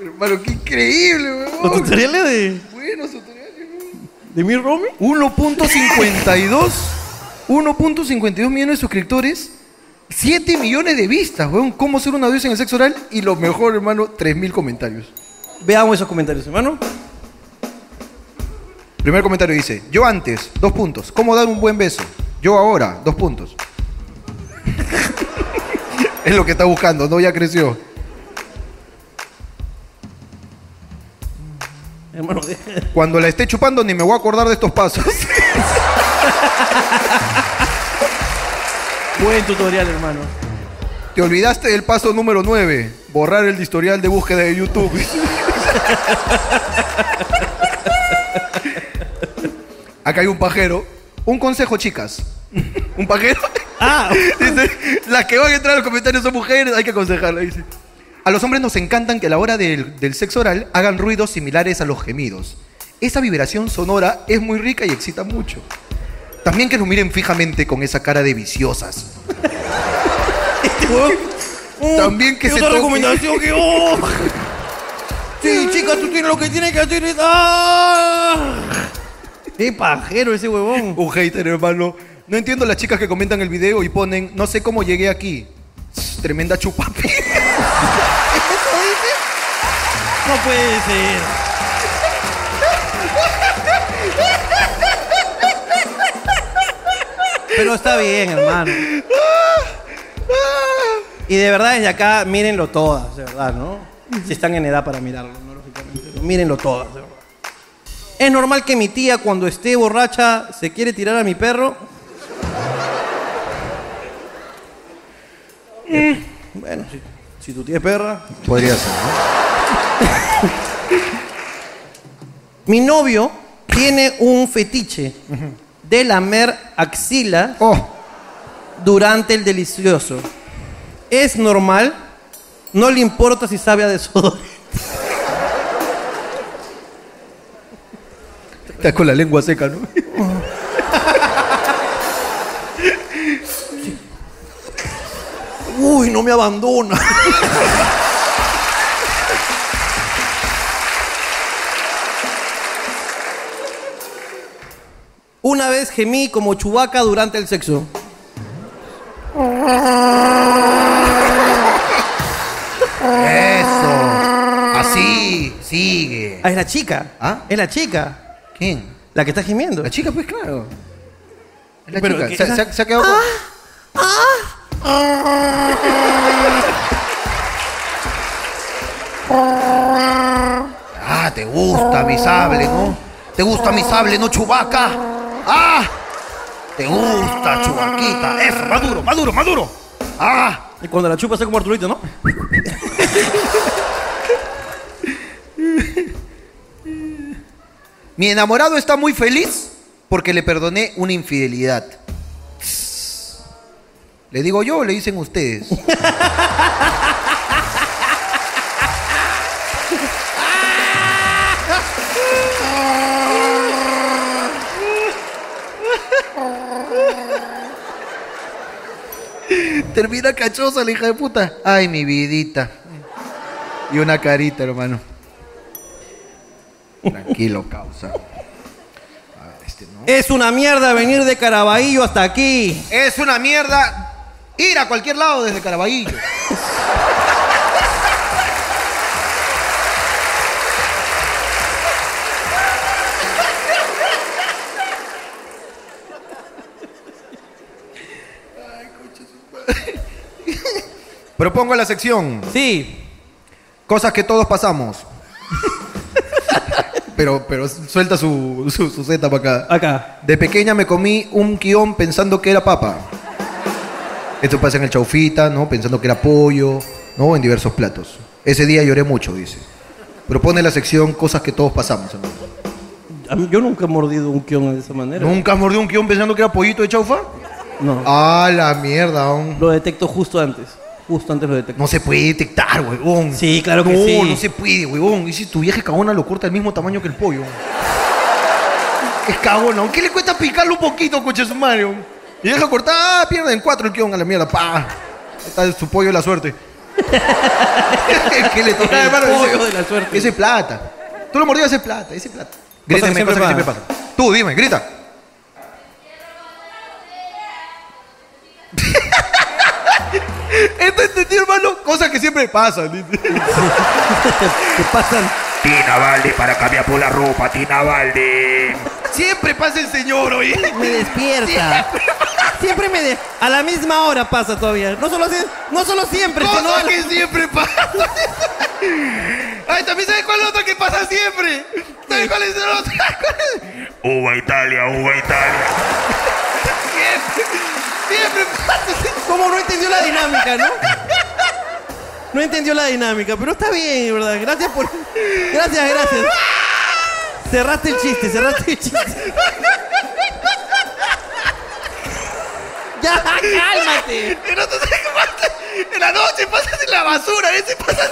Hermano, qué increíble, weón.
¿Los tutoriales de,
Buenos tutoriales, weón.
de mi Romy?
1.52 1.52 millones de suscriptores 7 millones de vistas, weón. ¿Cómo ser una diosa en el sexo oral? Y lo mejor, hermano, 3.000 comentarios.
Veamos esos comentarios, hermano.
Primer comentario dice, yo antes, dos puntos. ¿Cómo dar un buen beso? Yo ahora, dos puntos. es lo que está buscando, ¿no? Ya creció.
Hermano, deja-
Cuando la esté chupando ni me voy a acordar de estos pasos.
Buen tutorial, hermano.
Te olvidaste del paso número 9, borrar el historial de búsqueda de YouTube. Acá hay un pajero. Un consejo, chicas. ¿Un pajero? Ah. Dice, las que van a entrar a los comentarios son mujeres, hay que aconsejarlas. Dice, a los hombres nos encantan que a la hora del, del sexo oral hagan ruidos similares a los gemidos. Esa vibración sonora es muy rica y excita mucho. También que nos miren fijamente con esa cara de viciosas. También que
¿Qué
se
otra
toque-
recomendación que oh. Sí, chicas, tú tienes lo que tienes que hacer. Es... ¡Ah!
¡Qué pajero ese huevón! Un hater, hermano. No entiendo las chicas que comentan el video y ponen, no sé cómo llegué aquí. Tss, Tremenda chupapi.
No puede ser. Pero está bien, hermano. Y de verdad, desde acá, mírenlo todas, de verdad, ¿no? Si están en edad para mirarlo, ¿no? Lógicamente, ¿no? Mírenlo todas, de verdad. Es normal que mi tía, cuando esté borracha, se quiere tirar a mi perro. Eh, Bueno, si, si tu tía es perra.
Podría ser,
Mi novio tiene un fetiche de lamer axila durante el delicioso. Es normal, no le importa si sabe a desodorante.
Estás con la lengua seca, ¿no?
Uy, no me abandona. Una vez gemí como chubaca durante el sexo.
Eso. Así, sigue.
Ah, es la chica. Es la chica.
¿Quién?
La que está gimiendo. La
chica, pues claro. La
Pero
chica,
que-
se, se- se ha quedado
Ah,
con- Ah, te gusta mi sable, ¿no? Te gusta mi sable, ¿no, chubaca? ¡Ah! Te gusta, chubaquita. Eso, maduro, maduro, maduro. ¡Ah!
Y cuando la chupa está como Arturito, ¿no?
Mi enamorado está muy feliz porque le perdoné una infidelidad. ¿Le digo yo o le dicen ustedes? Termina cachosa la hija de puta. Ay, mi vidita. Y una carita, hermano. Tranquilo, causa.
Es una mierda venir de Caraballo hasta aquí.
Es una mierda ir a cualquier lado desde Caraballo. Propongo la sección.
Sí.
Cosas que todos pasamos. pero, pero suelta su, su, su seta para acá.
Acá.
De pequeña me comí un guión pensando que era papa. Esto pasa en el chaufita, ¿no? Pensando que era pollo, ¿no? En diversos platos. Ese día lloré mucho, dice. Propone la sección Cosas que todos pasamos. hermano.
A mí- Yo nunca he mordido un kion de esa manera.
¿Nunca has mordido un guión pensando que era pollito de chaufa?
No.
Ah, la mierda,
Lo detecto justo antes. Justo antes lo detecto.
No se puede detectar, huevón.
Sí, claro que
no,
sí.
No se puede, huevón. Y si tu vieja cagona lo corta del mismo tamaño que el pollo. Es cagón, ¿no? ¿Qué le cuesta picarlo un poquito, coche sumario? Y deja cortar, ah, pierde en cuatro el guión a la mierda, pa. Está su pollo de la suerte. ¿Qué le toca,
El
hermano?
pollo de la suerte.
Ese es plata. Tú lo mordías, ese es plata, ese es plata. Grítame,
siempre
cosa que siempre
pasa.
pasa. Tú, dime, grita. Esto entendí, hermano. Cosas que siempre pasan. que pasan.
Tina Valde para cambiar por la ropa, Tina Valde.
Siempre pasa el señor, oye.
Me despierta. Siempre me de A la misma hora pasa todavía. No solo, si- no solo siempre,
Cosa
sino a la-
que siempre pasa. Ay, también sabes cuál es otra que pasa siempre. ¿Sabes cuál es el otro? ¿Cuál es?
Uva Italia, Uva Italia.
Siempre, siempre pasa.
¿Cómo no entendió la dinámica, no? No entendió la dinámica, pero está bien, ¿verdad? Gracias por. Gracias, gracias. Cerraste el chiste, cerraste el chiste. ¡Ya, cálmate!
En, otro- en la noche pasas en la basura, ese pasas.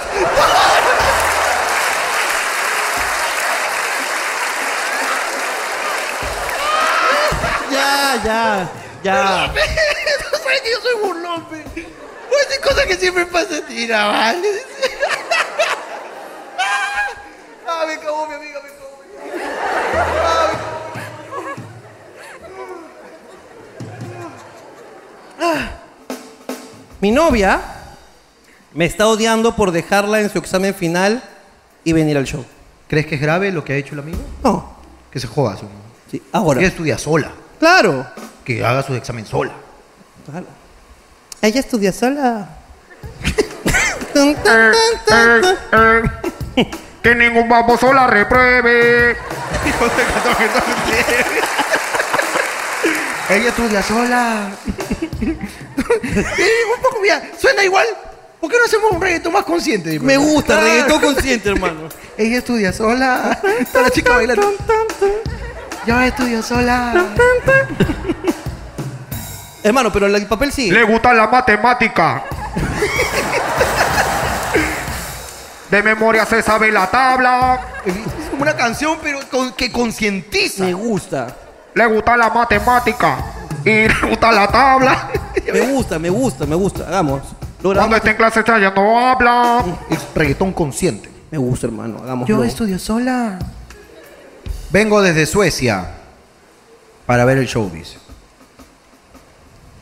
Ya, ya, ya.
No sabes que yo soy burlón, pe. Pues hay cosas que siempre pasan. Tira, vale. Ah, me cagó mi amiga, me cagó.
Mi novia me está odiando por dejarla en su examen final y venir al show.
¿Crees que es grave lo que ha hecho el amigo?
No.
Que se joda. Su...
Sí, ahora.
Ella estudia sola.
Claro.
Que haga su examen sola.
Ella estudia sola.
Que ningún baboso la repruebe.
Ella estudia sola. un poco, mira, suena igual. ¿Por qué no hacemos un reggaetón más consciente? dime?
Me gusta,
Ah.
reggaetón consciente, hermano.
Ella estudia sola. Está la chica bailando. Yo estudio sola.
hermano, pero el papel sí.
Le gusta la matemática. De memoria se sabe la tabla.
Es como una canción, pero con- que concientiza. Me
gusta.
Le gusta la matemática. Y le gusta la tabla.
Me gusta, me gusta, me gusta. Hagamos.
Cuando esté en clase está ya no habla.
Es reggaetón consciente.
Me gusta, hermano. Hagamos.
Yo estudio sola. Vengo desde Suecia para ver el show, dice.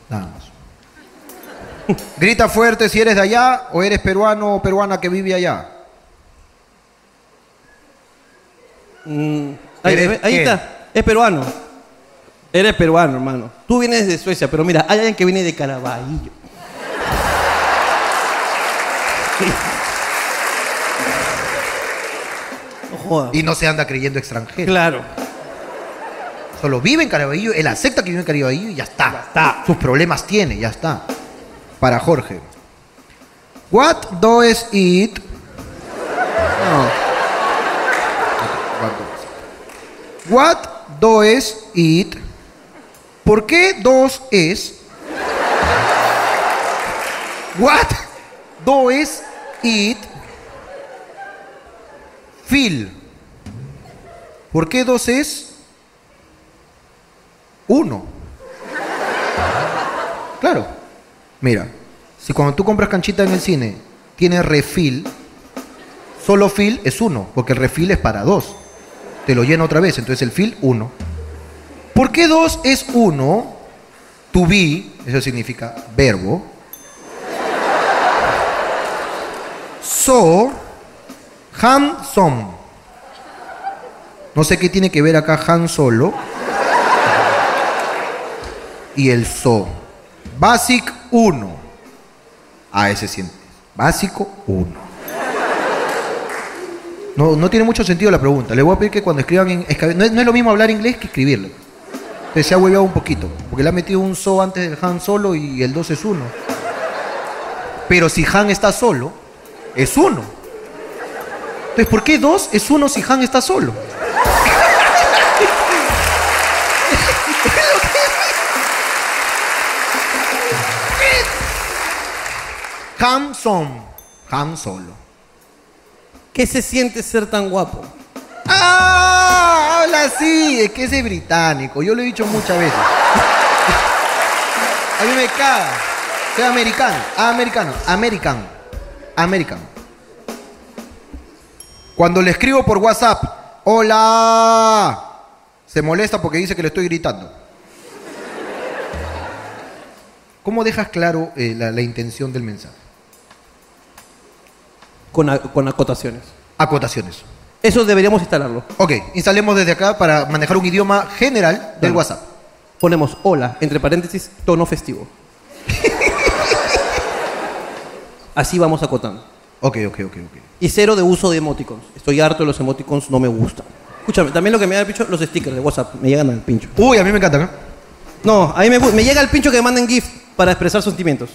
Nada más. Grita fuerte si eres de allá o eres peruano o peruana que vive allá.
Ahí,
¿Eres
Mm, ahí
qué?
está. Es peruano. Eres peruano, hermano. Tú vienes de Suecia, pero mira, hay alguien que viene de Caraballo. No jodas.
Y no se anda creyendo extranjero.
Claro.
Solo vive en Caraballo, él acepta que vive en Caraballo y ya está. Sus problemas tiene, ya está. Para Jorge. What does it? No. What does it? ¿Por qué dos es? What does it feel? ¿Por qué dos es? Uno. Claro. Mira, si cuando tú compras canchita en el cine, tiene refil, solo fill es uno, porque el refil es para dos. Te lo llena otra vez, entonces el fill, uno. ¿Por qué dos es uno? To be, eso significa verbo. So, handsome. No sé qué tiene que ver acá Han Solo y el so. Basic 1. A ese siente. Básico 1. No, no tiene mucho sentido la pregunta. Le voy a pedir que cuando escriban en. escabe- no, es, no es lo mismo hablar inglés que escribirlo. Entonces se ha hueveado un poquito. Porque le ha metido un so antes del Han solo y el 2 es 1. Pero si Han está solo, es 1. Entonces, ¿por qué 2 es 1 si Han está solo? Hanson. Han solo.
¿Qué se siente ser tan guapo?
¡Ah! habla así, es que ese es británico. Yo lo he dicho muchas veces. A mí me caga. Soy americano, americano, americano, americano. Cuando le escribo por WhatsApp, hola, se molesta porque dice que le estoy gritando. ¿Cómo dejas claro eh, la, la intención del mensaje?
Con, a- con acotaciones.
Acotaciones.
Eso deberíamos instalarlo.
Ok, instalemos desde acá para manejar un idioma general del WhatsApp.
Ponemos hola, entre paréntesis, tono festivo. Así vamos acotando.
Ok, ok, ok, ok.
Y cero de uso de emoticons. Estoy harto de los emoticons, no me gustan. Escúchame, también lo que me da el pincho, los stickers de WhatsApp, me llegan al pincho.
Uy, a mí me encantan. ¿eh?
No, a mí me, gu- me llega el pincho que manden GIF para expresar sentimientos.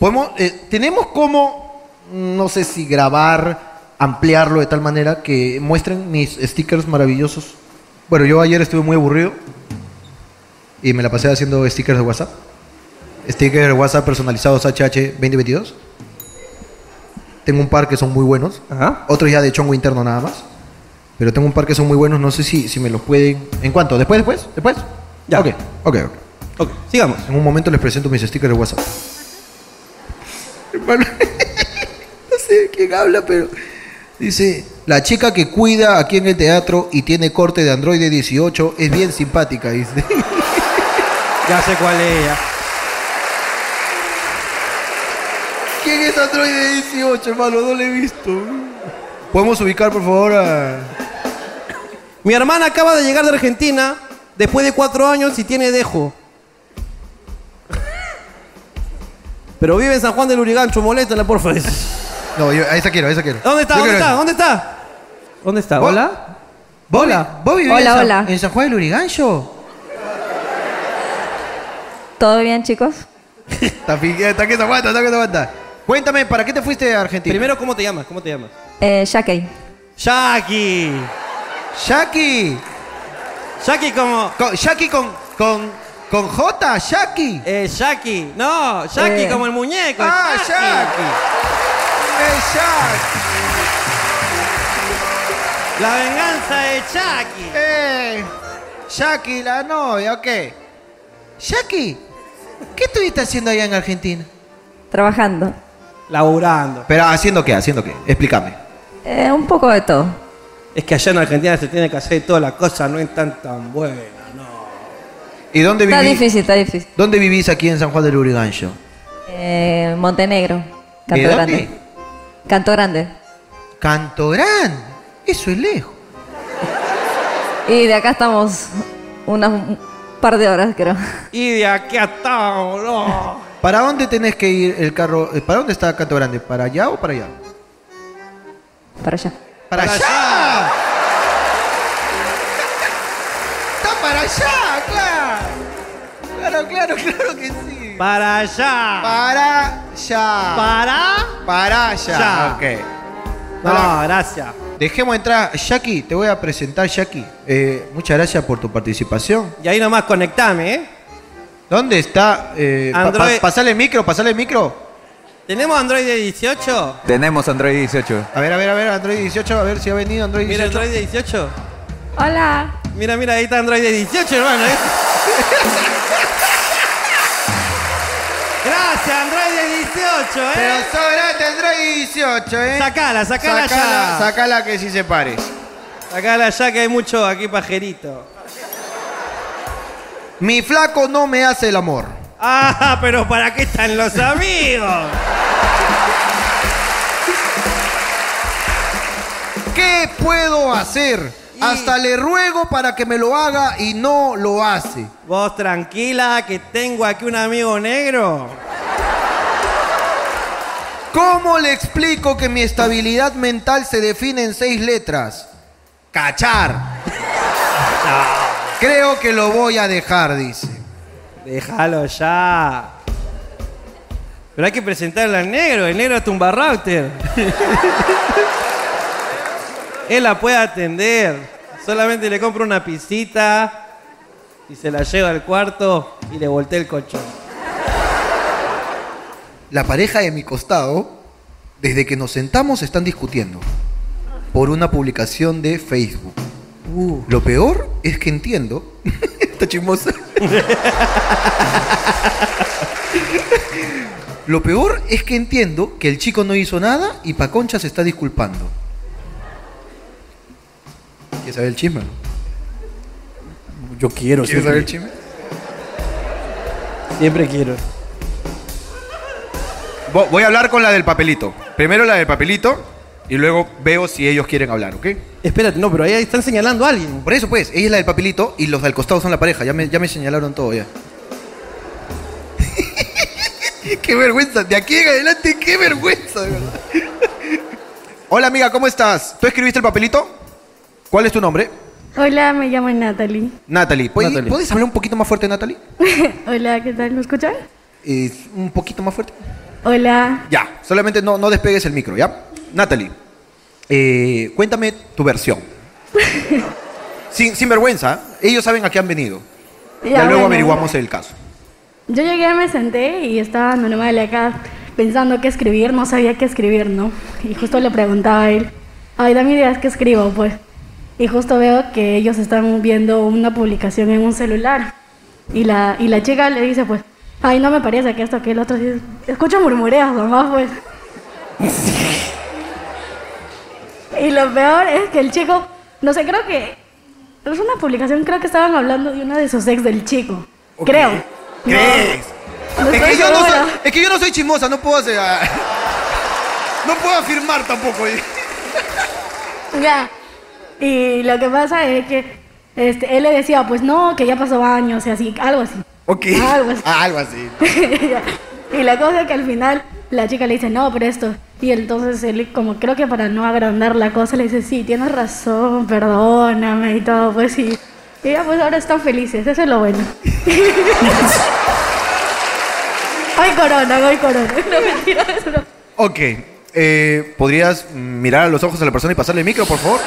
Podemos, eh, tenemos como, no sé si grabar, ampliarlo de tal manera que muestren mis stickers maravillosos. Bueno, yo ayer estuve muy aburrido y me la pasé haciendo stickers de WhatsApp. Stickers de WhatsApp personalizados HH 2022. Tengo un par que son muy buenos. Otros ya de chongo interno nada más. Pero tengo un par que son muy buenos. No sé si, si me los pueden. ¿En cuánto? ¿Después, después? ¿Después? Ya. Ok, ok, ok.
Ok, sigamos.
En un momento les presento mis stickers de WhatsApp. No sé de quién habla, pero. Dice, la chica que cuida aquí en el teatro y tiene corte de Android 18 es bien simpática, dice.
Ya sé cuál es ella.
¿Quién es Android 18, hermano? No lo he visto. ¿Podemos ubicar, por favor, a...
Mi hermana acaba de llegar de Argentina después de cuatro años y tiene dejo. Pero vive en San Juan del Urigancho, moléstala, porfa.
No, yo, a esa quiero, a esa quiero.
¿Dónde está?
Yo
¿Dónde
quiero
está?
esa.
¿Dónde está? ¿Dónde está?
Bo-
¿Hola?
Bobby-
Hola.
Bobby vive
Hola,
en San,
hola.
en San Juan del Urigancho.
¿Todo bien, chicos?
Está, fi- eh, está que se aguanta, está que se aguanta. Cuéntame, ¿para qué te fuiste a Argentina?
Primero, ¿cómo te llamas? ¿Cómo te llamas?
Eh, Shakey.
Shaki.
Shaki.
Shaki como...
Shaki con... con... con J, Shaki.
Eh, Shaki. No, Shaki
Eh.
como el muñeco.
Ah, Eh, Es Shaki.
La venganza de Shaki.
Eh, Shaki, la novia, ok. Shaki, ¿qué estuviste haciendo allá en Argentina?
Trabajando.
Laburando.
Pero haciendo qué, haciendo qué, explícame.
Eh, un poco de todo.
Es que allá en Argentina se tiene que hacer todas las cosas, no están tan buenas.
¿Y dónde
Está
vivís?
difícil, está difícil.
¿Dónde vivís aquí en San Juan del Urigancho?
Eh, Montenegro. Canto
¿De dónde?
Grande. Canto Grande.
Canto Grande. Eso es lejos.
Y de acá estamos unas un par de horas, creo.
Y de aquí hasta no.
¿Para dónde tenés que ir el carro? eh, ¿Para dónde está Canto Grande? ¿Para allá o para allá?
Para allá.
¡Para, allá! ¡Está para allá! ¡Claro! ¡Claro, claro, claro que sí!
¡Para allá!
¡Para allá!
¿Para?
¡Para allá!
Ya.
Ok.
No,
Hola.
gracias.
Dejemos entrar. Jackie, te voy a presentar, Jackie. Eh, muchas gracias por tu participación.
Y ahí nomás conectame, ¿eh?
¿Dónde está? Eh, pa-
Android-
pa- pasale el micro, pasale el micro.
¿Tenemos Android de 18?
Tenemos Android 18.
A ver, a ver, a ver, Android 18, a ver si ha venido Android
Mira
18.
Android de 18.
Hola.
Mira, mira, ahí está Android de 18, hermano. ¿eh? Gracias, Android de 18, ¿eh?
Pero sobrate Android 18, ¿eh?
Sacala, sacala,
Sacala,
ya.
sacala que sí se pare.
Sacala ya que hay mucho aquí pajerito.
Mi flaco no me hace el amor.
Ah, pero ¿para qué están los amigos?
¿Qué puedo hacer? Hasta le ruego para que me lo haga y no lo hace.
Vos tranquila, que tengo aquí un amigo negro.
¿Cómo le explico que mi estabilidad mental se define en seis letras? Cachar. Creo que lo voy a dejar, dice.
Déjalo ya. Pero hay que presentarle al negro, el negro tumbarrauter. Él la puede atender. Solamente le compro una pisita y se la lleva al cuarto y le voltea el colchón.
La pareja de mi costado, desde que nos sentamos, están discutiendo por una publicación de Facebook. Lo peor es que entiendo. Está chismosa. Lo peor es que entiendo que el chico no hizo nada y Paconcha se está disculpando. ¿Quieres saber el chisme?
Yo quiero.
¿Quieres saber el chisme?
Siempre quiero.
Vo- Voy a hablar con la del papelito. Primero la del papelito y luego veo si ellos quieren hablar, ¿ok?
Espérate, no, pero ahí están señalando a alguien.
Por eso, pues, ella es la del papelito y los del costado son la pareja. Ya me, ya me señalaron todo ya. qué vergüenza. De aquí en adelante, qué vergüenza, de verdad. Hola, amiga, ¿cómo estás? ¿Tú escribiste el papelito? ¿Cuál es tu nombre?
Hola, me llamo Natalie.
Natalie. ¿Puedes, ¿puedes hablar un poquito más fuerte, Natalie?
Hola, ¿qué tal? ¿Me escuchan?
Eh, un poquito más fuerte.
Hola.
Ya, solamente no, no despegues el micro, ¿ya? Natalie, eh, cuéntame tu versión. sin, sin vergüenza, ellos saben a qué han venido. Ya,
Ya,
luego
bueno.
averiguamos el caso.
Yo llegué, me senté y estaba normal acá pensando qué escribir, no sabía qué escribir, ¿no? Y justo le preguntaba a él, ay, dame ideas que escribo, pues. Y justo veo que ellos están viendo una publicación en un celular. Y la, y la chica le dice, pues, ay, no me parece que esto, que el otro. Y dice, Escucho murmureos nomás, pues. y lo peor es que el chico, no sé, creo que. Es una publicación, creo que estaban hablando de una de sus ex del chico. Creo.
¿Crees?
No
es, que
estoy
yo no soy,
segura.
es que yo no soy chismosa, no puedo hacer. ah, no puedo afirmar tampoco. eh.
Ya. Y lo que pasa es que este, él le decía, pues no, que ya pasó años y así, algo así.
Ok.
Algo así.
Ah, algo así.
y la cosa es que al final la chica le dice, no, pero esto. Y entonces él, como creo que para no agrandar la cosa, le dice, sí, tienes razón, perdóname y todo, pues sí. Y ya, pues ahora están felices, eso es lo bueno. hoy corona, hoy corona. No mentira, eso no.
Ok. eh, ¿Podrías mirar a los ojos a la persona y pasarle el micro, por favor?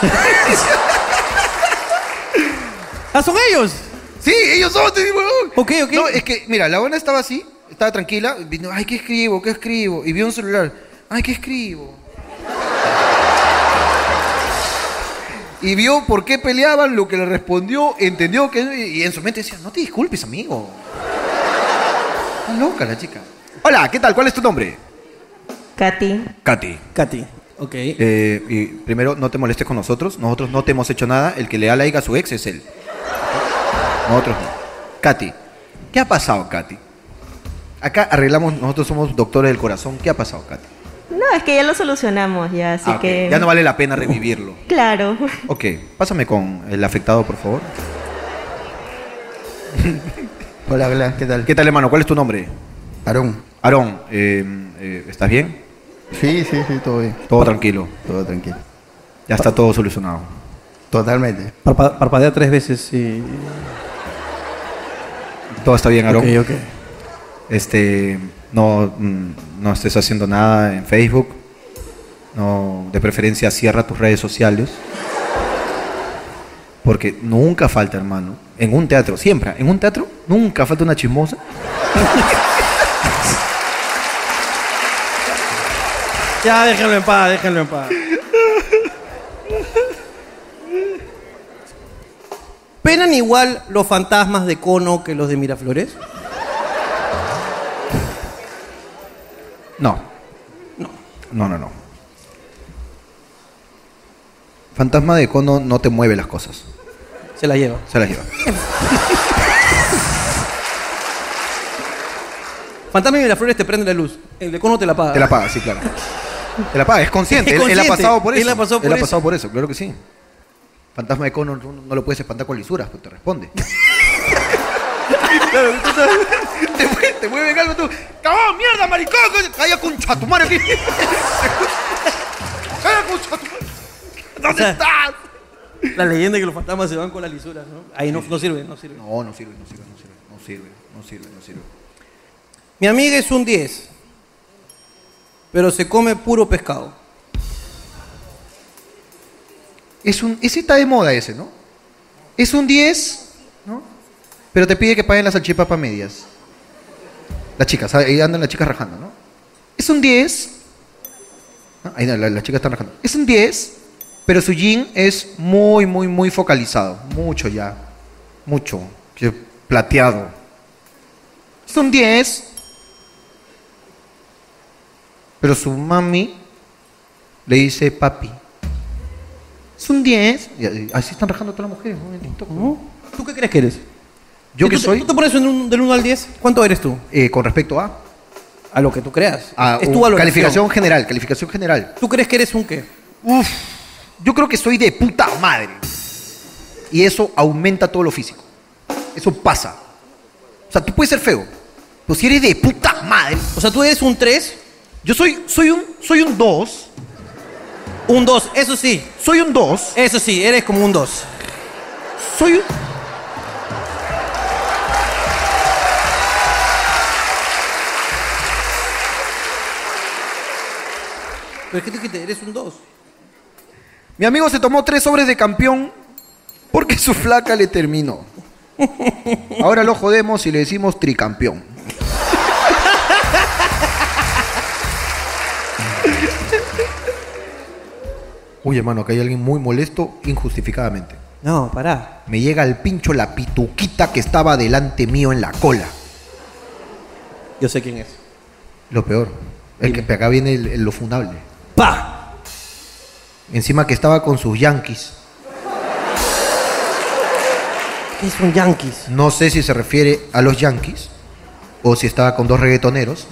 ¿Ah, son ellos?
Sí, ellos son, te digo, huevón.
Ok, ok.
No, es que, mira, la buena estaba así, estaba tranquila, y vino, ay, ¿qué escribo? ¿Qué escribo? Y vio un celular, ay, ¿qué escribo? Y vio por qué peleaban, lo que le respondió, entendió que. Y en su mente decía, no te disculpes, amigo. Está loca la chica. Hola, ¿qué tal? ¿Cuál es tu nombre?
Katy.
Katy.
Katy. Ok.
Eh, y primero, no te molestes con nosotros. Nosotros no te hemos hecho nada. El que le da like a su ex es él. Nosotros no. Katy, ¿qué ha pasado, Katy? Acá arreglamos, nosotros somos doctores del corazón. ¿Qué ha pasado, Katy?
No, es que ya lo solucionamos ya, así
Ah, ok.
que...
Ya no vale la pena revivirlo.
Claro.
Ok, pásame con el afectado, por favor.
Hola, hola, ¿qué tal?
¿Qué tal, hermano? ¿Cuál es tu nombre?
Aarón.
Aarón, eh, eh, ¿estás bien?
Sí, sí, sí, todo bien.
Todo tranquilo.
Todo tranquilo.
Ya está todo solucionado.
Totalmente.
Parpa- parpadea tres veces y.
Todo está bien, Aarón.
Ok, ok.
Este, no, mm, no estés haciendo nada en Facebook. No, de preferencia cierra tus redes sociales. Porque nunca falta, hermano. En un teatro, siempre. En un teatro nunca falta una chismosa.
Ya, déjenlo en paz, déjenlo en paz.
¿Penan igual los fantasmas de Cono que los de Miraflores?
No. No. No, no, no. Fantasma de cono no te mueve las cosas.
Se las lleva.
Se las lleva.
Fantasma de Miraflores te prende la luz. El de Cono te la apaga.
Te la paga, sí, claro. Te la paga, es consciente.
Es
él- Él, ha
consciente.
pasado por
Él
eso.
ha pasado por eso.
eso, claro que sí. Fantasma de cono no, no lo puedes espantar con lisuras, porque te responde.
Claro, tú sabes.
te, mue- te mueven algo tú. ¡Cabrón, mierda, maricón! ¡Calla con chatumare aquí! ¡Calla con chatumare! ¿Dónde estás?
La leyenda es que los fantasmas se van con las lisuras, ¿no? Ahí no, no sirve, no sirve.
No, no sirve, no sirve, no sirve. No sirve, no sirve, no sirve.
Mi amiga es un 10, pero se come puro pescado.
Es un, ese está de moda ese, ¿no? Es un 10, ¿no? Pero te pide que paguen las salchipapa medias. Las chicas, ahí andan las chicas rajando, ¿no? Es un 10. ¿no? Ahí no, la- las chicas están rajando. Es un 10, pero su jean es muy, muy, muy focalizado. Mucho ya. Mucho. Que Plateado. Es un 10. Pero su mami le dice papi. Es un 10. Y Así están rajando todas las mujeres. ¿no? En TikTok, ¿no?
¿Tú qué crees que eres?
¿Yo
que
qué soy?
¿Tú te pones en un- del 1 al 10? ¿Cuánto eres tú?
Eh, con respecto a.
A lo que tú creas.
Ah,
es
un-
tu valoración.
Calificación general, calificación general.
¿Tú crees que eres un qué?
Uf, yo creo que soy de puta madre. Y eso aumenta todo lo físico. Eso pasa. O sea, tú puedes ser feo, pero si eres de puta madre.
O sea, tú eres un 3.
Yo soy, soy un soy un 2.
Un 2, eso sí.
Soy un 2.
Eso sí, eres como un 2.
Soy un.
Pero es que tú dijiste, eres un 2.
Mi amigo se tomó tres sobres de campeón porque su flaca le terminó. Ahora lo jodemos y le decimos tricampeón. Uy, hermano, acá hay alguien muy molesto injustificadamente.
No, pará.
Me llega al pincho la pituquita que estaba delante mío en la cola.
Yo sé quién es.
Lo peor. Es que acá viene el- el- lo fundable.
¡Pa!
Encima que estaba con sus yankees.
¿Qué son yankees?
No sé si se refiere a los Yankees o si estaba con dos reggaetoneros.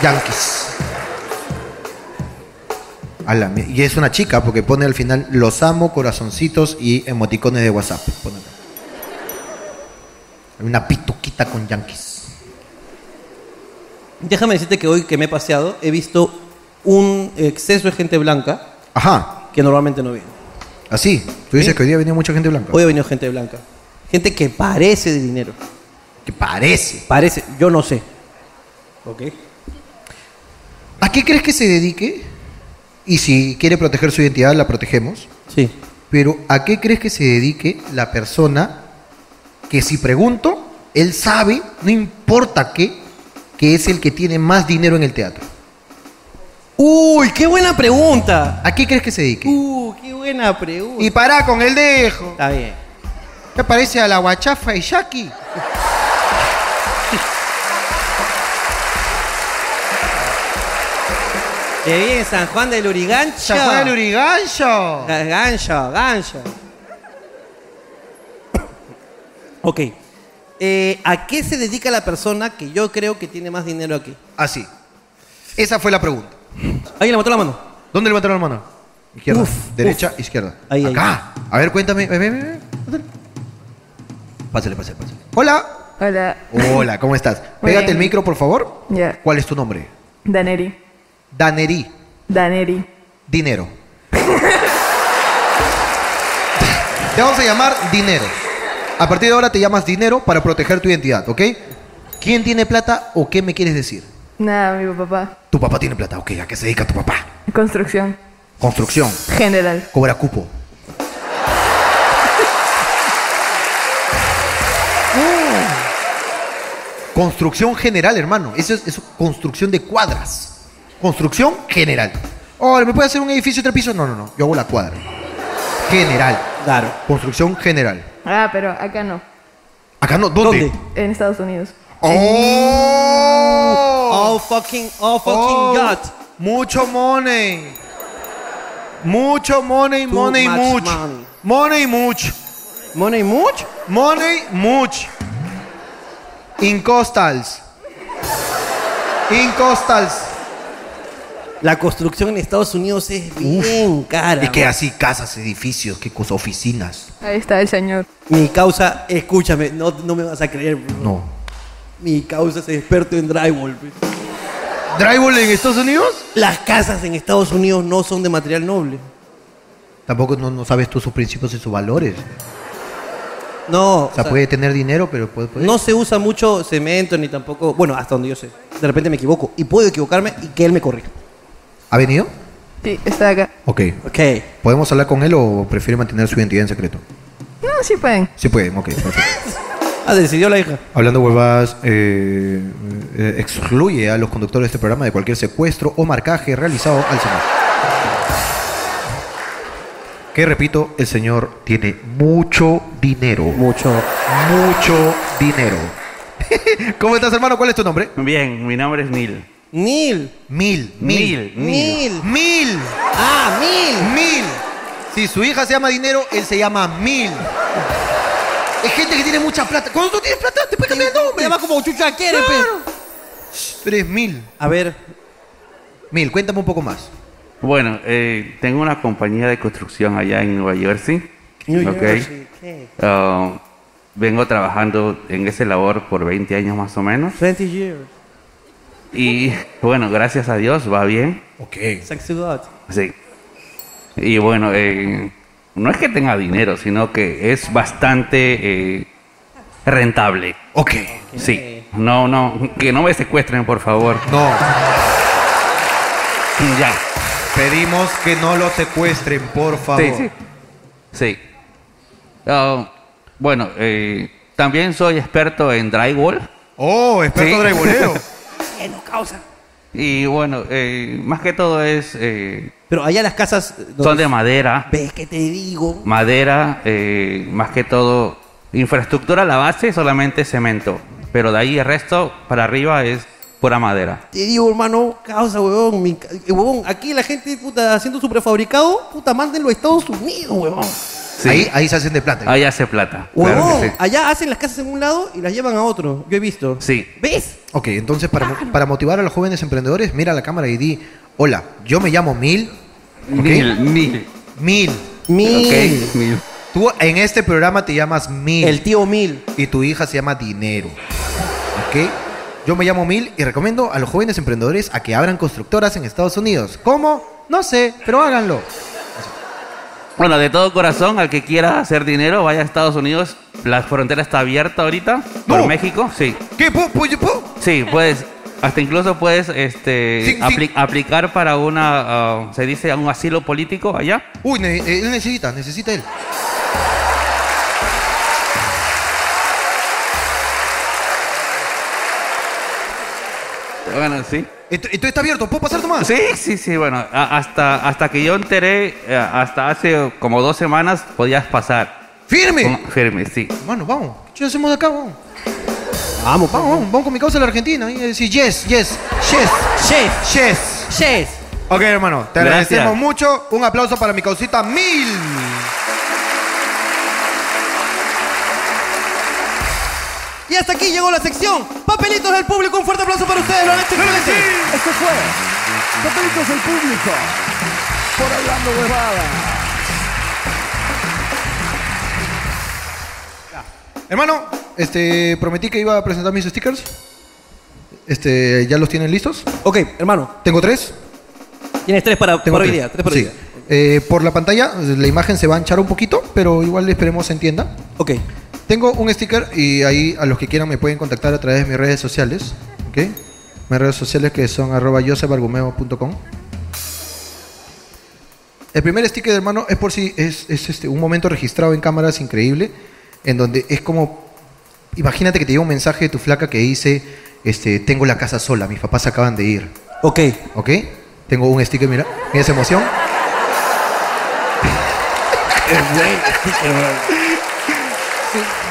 Yankees. A la mier- y es una chica porque pone al final los amo, corazoncitos y emoticones de WhatsApp. Pone acá. Una pituquita con Yankees.
Déjame decirte que hoy que me he paseado he visto un exceso de gente blanca.
Ajá.
Que normalmente no viene.
Así. Tú dices que hoy día venía mucha gente blanca.
Hoy ha venido gente blanca. Gente que parece de dinero.
¿Que parece?
Parece. Yo no sé. Ok.
¿A qué crees que se dedique? Y si quiere proteger su identidad, la protegemos.
Sí.
Pero ¿a qué crees que se dedique la persona que si pregunto, él sabe, no importa qué, que es el que tiene más dinero en el teatro?
Uy, qué buena pregunta.
¿A qué crees que se dedique?
Uh, qué buena pregunta.
Y para con el dejo.
Está bien.
¿Te parece a la guachafa y Shaki?
Que bien, San Juan del Urigancho.
San Juan del Urigancho.
Gancho, gancho. Ok. Eh, ¿A qué se dedica la persona que yo creo que tiene más dinero aquí?
Así. Esa fue la pregunta.
¿Alguien levantó la mano?
¿Dónde levantaron la mano? Izquierda, derecha, izquierda.
Ahí, ahí.
Acá. A ver, cuéntame. Ven, ven, ven, ven. Pásale, pásale, pásale. Hola.
Hola.
Hola, ¿cómo estás?
Muy
Pégate
bien.
el micro, por favor.
Ya.
¿Cuál es tu nombre?
Daneri.
Daneri.
Daneri.
Dinero. te vamos a llamar Dinero. A partir de ahora te llamas Dinero para proteger tu identidad, ¿ok? ¿Quién tiene plata o qué me quieres decir?
Nada, mi papá.
Tu papá tiene plata, ok. ¿A qué se dedica tu papá?
Construcción.
Construcción.
General.
Cobra cupo. Construcción general, hermano. Eso es, eso es construcción de cuadras. Construcción general. Ahora, ¿me puede hacer un edificio de tres pisos? No, no, no. Yo hago la cuadra. General.
Claro.
Construcción general.
Ah, pero acá no.
Acá no, ¿dónde?
En Estados Unidos.
Oh, fucking, oh fucking
Oh,
God.
Mucho money. Mucho money,
Too
money,
much
mucho.
money.
Money, mucho.
Money, mucho.
Money, mucho. Incostals. Incostals.
La construcción en Estados Unidos es bien cara.
Es que
man.
así casas, edificios, que cosas, oficinas.
Ahí está el señor.
Mi causa, escúchame, no, no me vas a creer. bro.
No.
Mi causa es experto en drywall. pues.
¿Drywall en Estados Unidos?
Las casas en Estados Unidos no son de material noble.
Tampoco no, no sabes tú sus principios y sus valores.
No.
O sea, puede tener dinero, pero puede... puede-
No se usa mucho cemento ni tampoco. Bueno, hasta donde yo sé. De repente me equivoco. Y puedo equivocarme y que él me corrija.
¿Ha venido?
Sí, está acá.
Ok.
Ok.
¿Podemos hablar con él o prefiere mantener su identidad en secreto?
No, sí pueden.
Sí pueden, ok, perfecto.
Ah, decidió la hija.
Hablando huevadas, eh, eh, excluye a los conductores de este programa de cualquier secuestro o marcaje realizado al señor. Que repito, el señor tiene mucho dinero. Mucho. Mucho dinero. ¿Cómo estás, hermano? ¿Cuál es tu nombre?
Bien, mi nombre es Neil.
Mil.
Mil.
Mil.
Mil. Mil. Ah, mil. Mil. Si su hija se llama dinero, él se llama mil. Es gente que tiene mucha plata. Cuando tú tienes plata, te puedes cambiar el nombre. Te llamas como chucha quieres, Tres mil.
A ver.
Mil, cuéntame un poco más.
Bueno, eh, tengo una compañía de construcción allá en Nueva Jersey.
New
ok.
Jersey, ¿qué?
Ah, vengo trabajando en ese labor por 20 años más o menos.
20 years.
Y bueno, gracias a Dios va bien.
Ok. Thanks to God.
Sí. Y bueno, eh, no es que tenga dinero, sino que es bastante eh, rentable.
Ok.
Sí. No, no, que no me secuestren, por favor.
No.
Ya.
Pedimos que no lo secuestren, por favor.
Sí, sí. Sí. Ah, bueno, eh, también soy experto en drywall.
Oh, experto drywallero.
¿Qué nos causa?
Y bueno, eh, más que todo es... eh,
Pero allá las casas.
son de madera.
¿Ves que te digo?
Madera, eh, más que todo... Infraestructura, la base, solamente cemento. Pero de ahí el resto, para arriba, es pura madera.
Te digo, hermano, causa, huevón. mi ca- eh, huevón, aquí la gente, puta, haciendo su prefabricado, puta, mándenlo a Estados Unidos, huevón.
Ahí, ahí se hacen de plata.
Ahí hace plata.
Huevón,
Claro que sí.
allá hacen las casas en un lado y las llevan a otro. Yo he visto.
Sí.
¿Ves?
Ok, entonces para, mo- para motivar a los jóvenes emprendedores, mira a la cámara y di, hola, yo me llamo Mil.
Mil, Mil.
Mil.
Mil.
Ok, Mil.
Tú en este programa te llamas Mil.
El tío Mil.
Y tu hija se llama Dinero. Ok. Yo me llamo Mil y recomiendo a los jóvenes emprendedores a que abran constructoras en Estados Unidos. ¿Cómo? No sé, pero háganlo.
Bueno, de todo corazón, al que quiera hacer dinero, vaya a Estados Unidos. La frontera está abierta ahorita. ¿Por México? Sí.
¿Qué? ¿Puedo? ¿Puedo?
Sí, puedes. Hasta incluso puedes este, apli- aplicar para una, ah, se dice, un asilo político allá.
Uy, ne- eh, él necesita, necesita él.
Bueno, sí.
Entonces está abierto, ¿puedo pasar nomás?
Sí, sí, sí, bueno, a- hasta, hasta que yo enteré, eh, hasta hace como dos semanas podías pasar.
¡Firme!
firme, sí.
Mano, vamos. ¿Qué hacemos de acá, vamos? Vamos, vamos, vamos, con mi causa a la Argentina. Y decir, yes, yes, yes, yes, yes, yes. Ok, hermano, te
Gracias.
agradecemos mucho. Un aplauso para mi causita Mil.
Y hasta aquí llegó la sección. Papelitos del público. Un fuerte aplauso para ustedes. Lo han hecho excelente.
Esto fue Papelitos del Público por Hablando Huevada.
Hermano, este, prometí que iba a presentar mis stickers. Este, ¿ya los tienen listos?
Ok, hermano.
¿Tengo tres?
Tienes tres para,
Tengo
para hoy día. Tres para hoy
Sí.
día.
Eh, por la pantalla, la imagen se va a anchar un poquito, pero igual esperemos se entienda.
Ok.
Tengo un sticker y ahí a los que quieran me pueden contactar a través de mis redes sociales. ¿Ok? Mis redes sociales que son arroba yosebargumeo.com. El primer sticker, hermano, es por si es, es, este, un momento registrado en cámaras increíble, en donde es como, imagínate que te llega un mensaje de tu flaca que dice, este, tengo la casa sola, mis papás acaban de ir.
Ok.
Ok. Tengo un sticker, mira, mira esa emoción.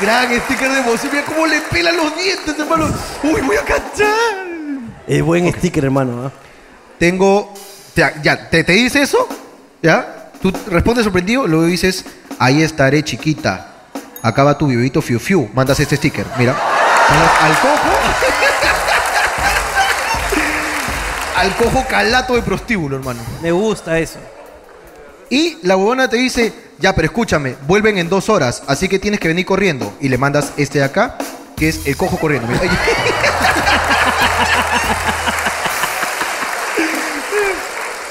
Gran sticker de emoción, mira cómo le pelan los dientes, hermano. Uy, voy a cachar.
Es buen sticker, hermano. ¿ah?
Tengo. Ya, ya, te, te dice eso, ¿ya? Tú respondes sorprendido, luego dices, ahí estaré chiquita. Acaba tu bibito fiu fiu. Mandas este sticker, mira. Mandas al cojo. al cojo calato de prostíbulo, hermano.
Me gusta eso.
Y la huevona te dice, ya, pero escúchame, vuelven en dos horas, así que tienes que venir corriendo. Y le mandas este de acá, que es el cojo corriendo. mira.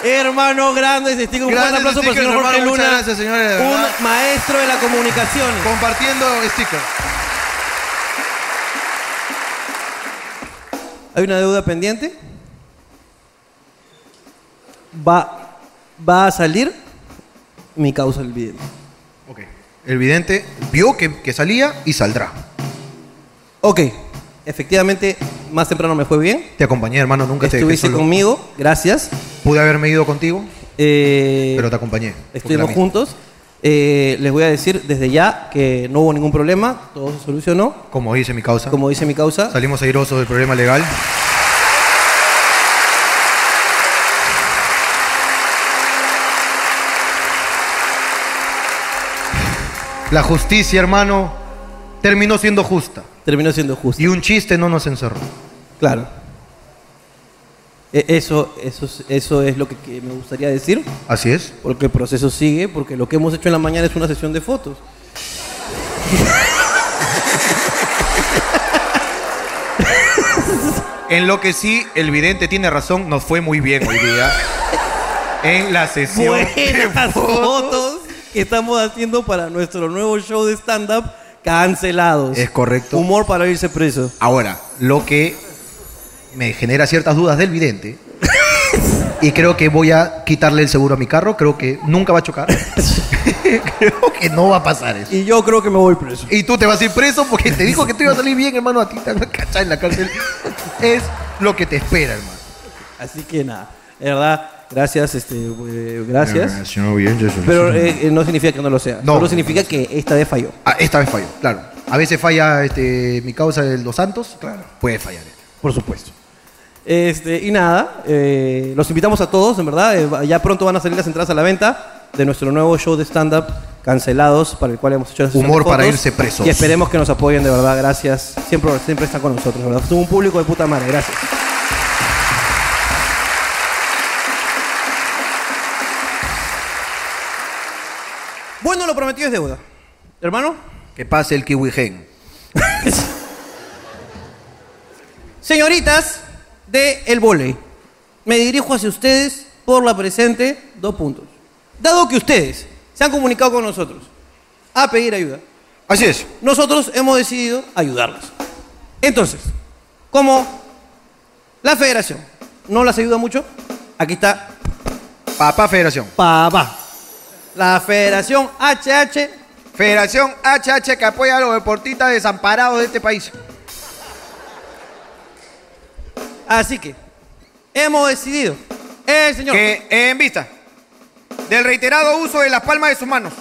Hermano, grande ese sticker. Un
Grandes
fuerte aplauso para el
stickers,
señor Jorge
hermano, muchas
Luna.
gracias, señores, de verdad.
Un maestro de la comunicación.
Compartiendo sticker.
Hay una deuda pendiente. Va, va a salir mi causa el video.
El vidente vio que, que salía y saldrá.
Ok, efectivamente, más temprano me fue bien.
Te acompañé, hermano, nunca te dejé
Estuviste
solo.
conmigo, gracias.
Pude haberme ido contigo.
Eh,
Pero te acompañé. porque la
Estuvimos
mía.
juntos. Eh, les voy a decir desde ya que no hubo ningún problema, todo se solucionó.
Como dice mi causa.
Como dice mi causa.
Salimos airosos del problema legal. La justicia, hermano, terminó siendo justa.
Terminó siendo justa.
Y un chiste no nos encerró.
Claro. E- Eso, eso, es- eso es lo que, que me gustaría decir.
Así es.
Porque el proceso sigue, porque lo que hemos hecho en la mañana es una sesión de fotos.
En lo que sí, el vidente tiene razón, nos fue muy bien hoy día. En la sesión.
Buenas fotos que estamos haciendo para nuestro nuevo show de stand-up cancelados.
Es correcto.
Humor para irse preso.
Ahora, lo que me genera ciertas dudas del vidente. Y creo que voy a quitarle el seguro a mi carro. Creo que nunca va a chocar. creo que no va a pasar eso.
Y yo creo que me voy preso.
Y tú te vas a ir preso porque te dijo que te iba a salir bien, hermano. A ti te van a cachar en la cárcel. Es lo que te espera, hermano.
Así que nada, de verdad, gracias, este, eh, gracias.
bien,
Pero eh, eh, no significa que no lo sea.
No.
Solo significa que esta vez falló.
Ah, esta vez falló, claro. A veces falla este, mi causa de los santos. Claro. Puede fallar.
Por supuesto. Este, y nada, eh, los invitamos a todos, en verdad. eh, va- ya pronto van a salir las entradas a la venta de nuestro nuevo show de stand-up cancelados, para el cual hemos hecho la sesión de
Humor para
fotos.
irse presos.
Y esperemos que nos apoyen, de verdad. Gracias. Siempre, siempre están con nosotros, de ¿verdad? Son un público de puta madre. Gracias. Bueno, lo prometido es deuda. Hermano.
Que pase el kiwi gen.
Señoritas de El Voley, me dirijo hacia ustedes por la presente, dos puntos. Dado que ustedes se han comunicado con nosotros a pedir ayuda,
así es.
Nosotros hemos decidido ayudarlos. Entonces, como la Federación no las ayuda mucho, aquí está
Papá Federación.
Papá. La Federación HH.
Federación HH que apoya a los deportistas desamparados de este país.
Así que hemos decidido, el señor.
Que en vista del reiterado uso de las palmas de sus manos.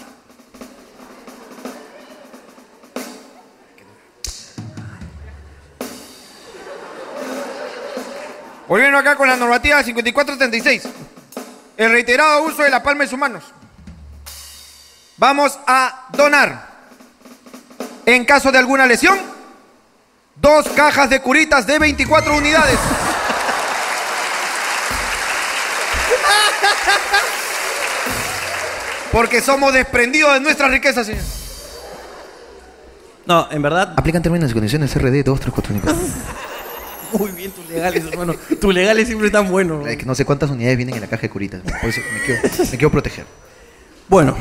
Volviendo acá con la normativa 5436. El reiterado uso de las palmas de sus manos. Vamos a donar, en caso de alguna lesión, dos cajas de curitas de 24 unidades. Porque somos desprendidos de nuestra riqueza, señor.
No, en verdad,
Aplican términos y condiciones RD 2345.
muy bien tus legales, hermano. Tus legales siempre están buenos.
Es que no sé cuántas unidades vienen en la caja de curitas. Por eso me quiero, me quiero proteger.
Bueno,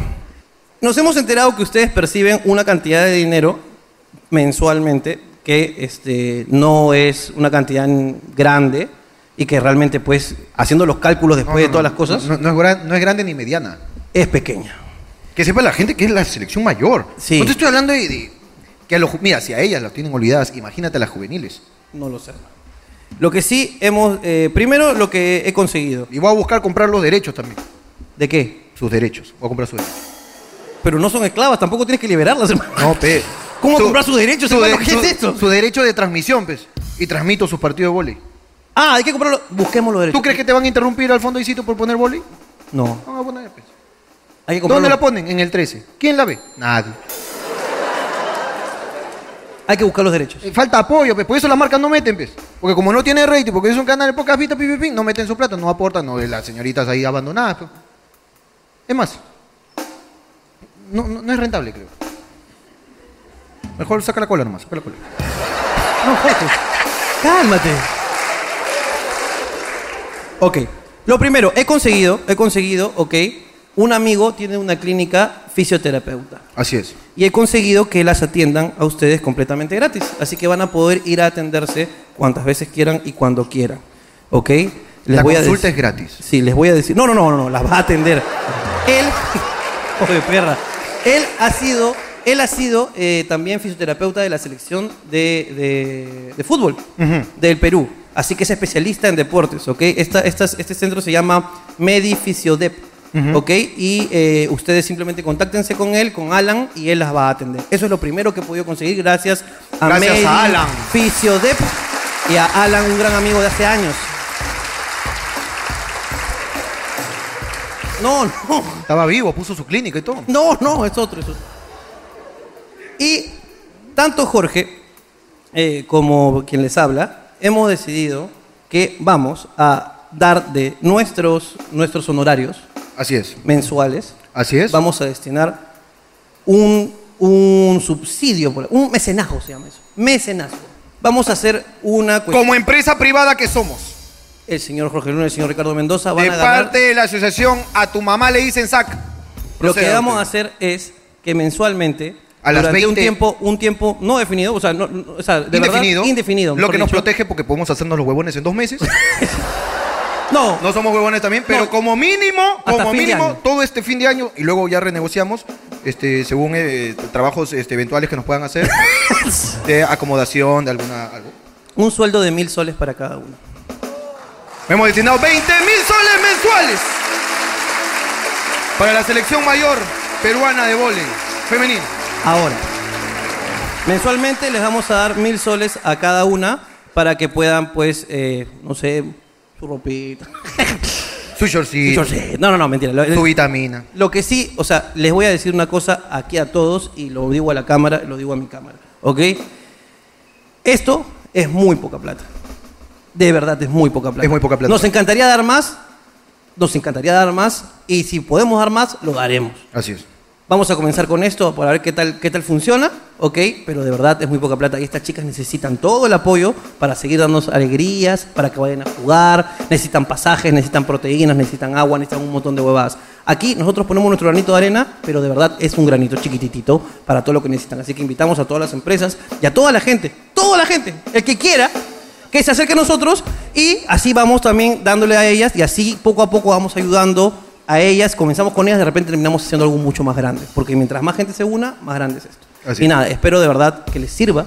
nos hemos enterado que ustedes perciben una cantidad de dinero mensualmente que este, no es una cantidad grande y que realmente, pues, haciendo los cálculos después de todas las cosas,
No, no es gran- no es grande ni mediana.
es pequeña.
Que sepa la gente que es la selección mayor. No te estoy hablando de. de- que a los, ju- mira, si a ellas las tienen olvidadas, imagínate a las juveniles.
No lo sé. Lo que sí hemos. eh, primero, lo que he conseguido.
Y voy a buscar comprar los derechos también.
¿De qué?
Sus derechos. Voy a comprar sus derechos.
Pero no son esclavas, tampoco tienes que liberarlas, hermano.
No, pe.
¿Cómo comprar sus derechos, hermano? ¿Qué es esto?
Su derecho de transmisión, pues. Y transmito sus partidos de vóley.
Ah, hay que comprarlo. Busquemos los derechos.
¿Tú crees que te van a interrumpir al fondo de sitio por poner vóley?
No.
Van a poner, pues.
Hay que
¿Dónde
comprarlo.
la ponen? En el 13. ¿Quién la ve?
Ah,
Nadie.
Hay que buscar los derechos.
Eh, Falta apoyo, pues. Por eso las marcas no meten, pues. Porque como no tiene rating, porque es un canal de pocas vistas, pi, pi, pi, no meten su plata, no aportan, no, eh, las señoritas ahí abandonadas, pues. Es más, no, no, no es rentable, creo. Mejor saca la cola nomás, saca la cola.
No, Jorge. Cálmate. Ok. Lo primero, he conseguido, he conseguido, ok. Un amigo tiene una clínica fisioterapeuta.
Así es.
Y he conseguido que las atiendan a ustedes completamente gratis. Así que van a poder ir a atenderse cuantas veces quieran y cuando quieran. ¿Ok? Les
la
voy a
consulta
dec-
es gratis.
Sí, les voy a decir. No, no, no, no, no, las va a atender. Él. Hijo de perra. Él ha sido. Él ha sido eh, también fisioterapeuta de la selección de, de- de fútbol
Ujú.
del Perú. Así que es especialista en deportes, ¿ok? Esta, estas- este centro se llama Medifisiodep. ¿ok? Y eh, ustedes simplemente contáctense con él, con Alan, y él las va a atender. Eso es lo primero que he podido conseguir gracias a
Gracias a
Medi,
Alan.
Fisiodep y a Alan, un gran amigo de hace años. No, no.
Estaba vivo, puso su clínica y todo.
No, no, es otro, es otro. Y tanto Jorge eh, como quien les habla, hemos decidido que vamos a dar de nuestros, nuestros honorarios
Así es.
mensuales.
Así es.
Vamos a destinar un, un subsidio, por- un mecenazgo se llama eso. Mecenazgo. Vamos a hacer una cuestión.
Como empresa privada que somos.
El señor Jorge Luna y el señor Ricardo Mendoza van
de
a ganar
parte de la asociación, a tu mamá le dicen sac.
Lo que
Proceda,
vamos a hacer es que mensualmente,
A las
durante un
20.
tiempo, un tiempo no definido, o sea, no- no- o sea, de verdad,
indefinido.
indefinido.
Lo
mejor
que nos
dicho.
protege porque podemos hacernos los huevones en dos meses.
no.
No somos huevones también, pero como mínimo,
Hasta
como
fin de
mínimo,
año.
todo este fin de año y luego ya renegociamos este, según eh, trabajos este, eventuales que nos puedan hacer de acomodación, de alguna. Algo.
Un sueldo de mil soles para cada uno.
Hemos destinado 20 mil soles mensuales para la selección mayor peruana de vóley femenino.
Ahora, mensualmente les vamos a dar mil soles a cada una para que puedan, pues, eh, no sé, su ropita.
Su shortcito.
Su shortcito. No, no, no, mentira. Lo-
Su vitamina.
Lo que sí, o sea, les voy a decir una cosa aquí a todos y lo digo a la cámara, lo digo a mi cámara, ¿ok? Esto es muy poca plata. De verdad, es muy poca plata.
Es muy poca plata.
Nos encantaría dar más, nos encantaría dar más y si podemos dar más, lo daremos.
Así es.
Vamos a comenzar con esto para ver qué tal, qué tal funciona, ¿ok? Pero de verdad es muy poca plata y estas chicas necesitan todo el apoyo para seguir dándonos alegrías, para que vayan a jugar, necesitan pasajes, necesitan proteínas, necesitan agua, necesitan un montón de huevadas. Aquí nosotros ponemos nuestro granito de arena, pero de verdad es un granito chiquititito para todo lo que necesitan. Así que invitamos a todas las empresas y a toda la gente, toda la gente, el que quiera, que se acerque a nosotros y así vamos también dándole a ellas y así poco a poco vamos ayudando a ellas, comenzamos con ellas, de repente terminamos haciendo algo mucho más grande, porque mientras más gente se una, más grande es esto.
Así
y
es.
nada, espero de verdad que les sirva,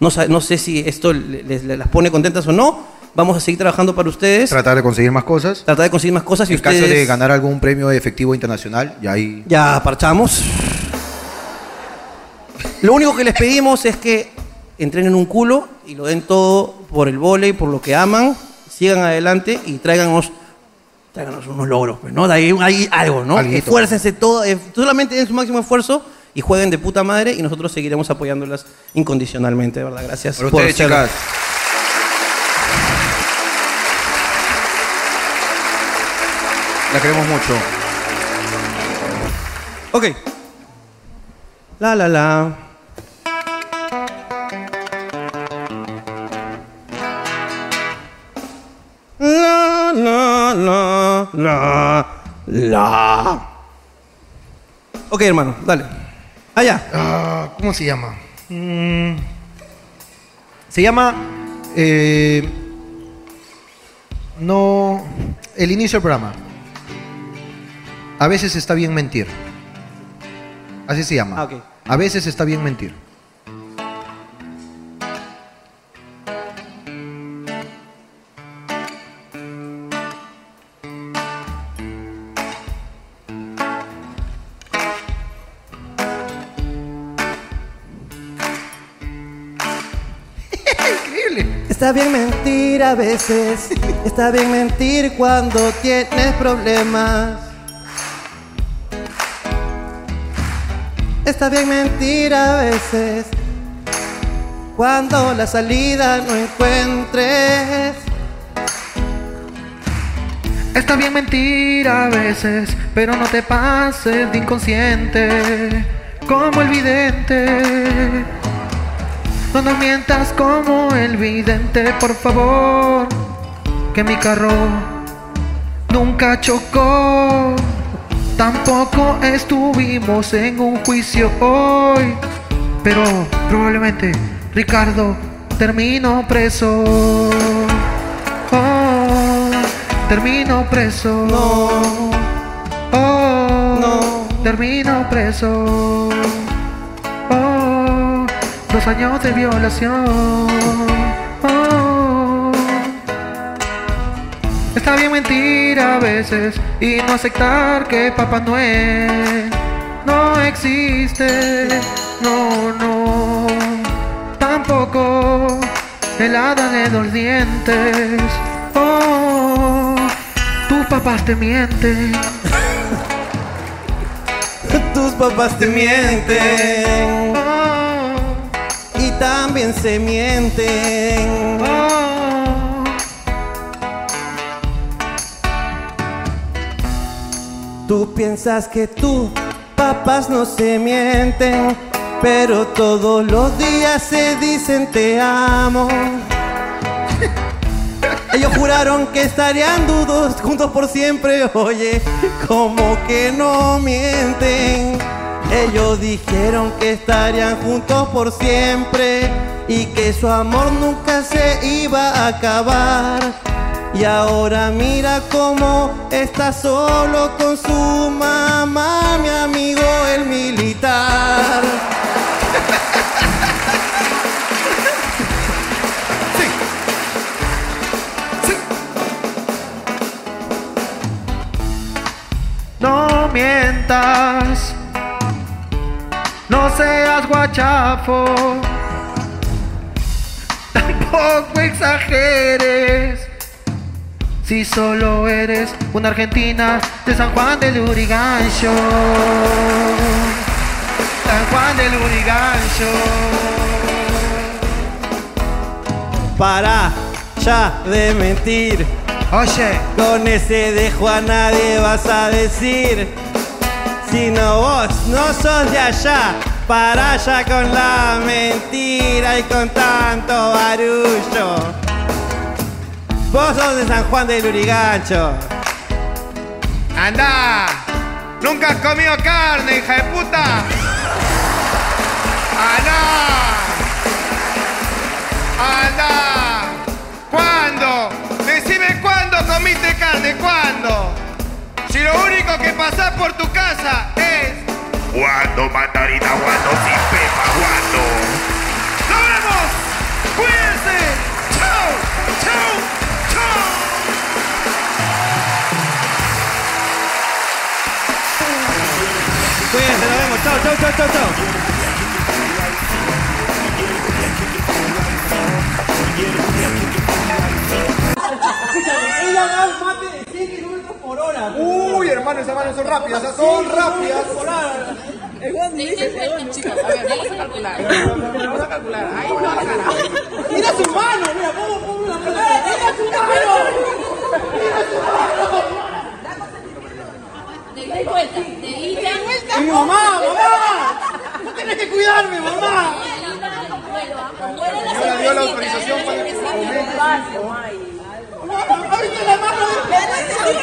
no, sa- no sé si esto le- les, le- las pone contentas o no, vamos a seguir trabajando para ustedes,
Tratar de conseguir más cosas.
tratar de conseguir más cosas y
En
ustedes...
caso de ganar algún premio efectivo internacional, ya ahí.
Ya parchamos. Lo único que les pedimos es que entrenen un culo y lo den todo por el volei, por lo que aman, sigan adelante y tráiganos, tráiganos unos logros, pues, ¿no? De ahí hay algo, ¿no?
Alguito.
Esfuércense todo, eh, solamente den su máximo esfuerzo y jueguen de puta madre y nosotros seguiremos apoyándolas incondicionalmente, de verdad. Gracias
Por ustedes,
ser-
chicas. La queremos mucho.
Ok. La la la. La la la la la. Ok, hermano, dale. Allá.
Ah, ¿Cómo se llama? Mm, se llama. eh, no. El inicio del programa. A veces está bien mentir. Así se llama.
Ah, ok.
A veces está bien mentir.
Está bien mentir a veces, está bien mentir cuando tienes problemas. Está bien mentir a veces, cuando la salida no encuentres.
Está bien mentir a veces, pero no te pases de inconsciente, como el vidente. No nos mientas como el vidente, por favor, que mi carro nunca chocó. Tampoco estuvimos en un juicio hoy, pero probablemente Ricardo terminó preso. Oh, terminó preso. No. Oh, no. Terminó preso. Oh, dos años de violación. Oh.
Está bien mentir a veces y no aceptar que Papá Noel no existe. No, no. Tampoco el hada de los dientes. Oh, tus papás te mienten.
Tus papás te mienten. Y también se mienten. Tú piensas que tú, papás no se mienten, pero todos los días se dicen te amo. Ellos juraron que estarían dudos juntos por siempre, oye, como que no mienten. Ellos dijeron que estarían juntos por siempre y que su amor nunca se iba a acabar. Y ahora mira cómo está solo con su mamá, mi amigo el militar.
No mientas. No seas guachafo. Tampoco exageres. Si solo eres una argentina de San Juan del Urigancho. San Juan del Urigancho.
Para ya de mentir. Oye, con ese dejo a nadie vas a decir. Si no vos no sos de allá, para allá con la mentira y con tanto barullo. Vos sos de San Juan del Urigancho.
¡Anda! ¡Nunca has comido carne, hija de puta! ¡Anda! ¡Anda! ¿Cuándo? Decime cuándo comiste carne, ¿cuándo? Si lo único que pasás por tu casa es...
Guando, mandarina, guando, sin pepa, guando.
¡Nos vemos! ¡Cuídense! ¡Chao! ¡Chao! ¡Chao!
Cuídense, nos vemos. Chau, chau, chau, chau, chau.
Ella da más de 100 kilómetros por hora. Uy, hermano, esas manos son rápidas, esas son rápidas. Por hora.
vamos a calcular. Vamos a calcular. Ahí no va a ganar.
Mira su mano, mira cómo pone la mano. Mira su mano. Mira su mano.
De vuelta, de ida.
Y mi mamá, mamá. No tenés que cuidarme, mamá. Yo le dio la autorización para que Ahorita la mano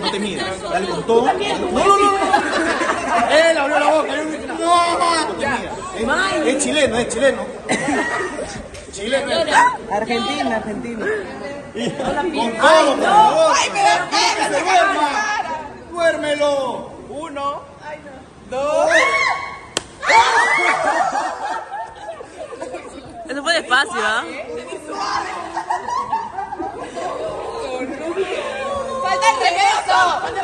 No te mires, dale con todo. No, no, no. Él abrió la boca. No,
Es- Es chileno, es chileno. Chileno.
Argentina, Argentina.
Con todo, por favor.
Ay, me da
Que se duerma. Duérmelo.
Uno.
Dos.
Eso fue despacio, ¿ah? Falta el regreso.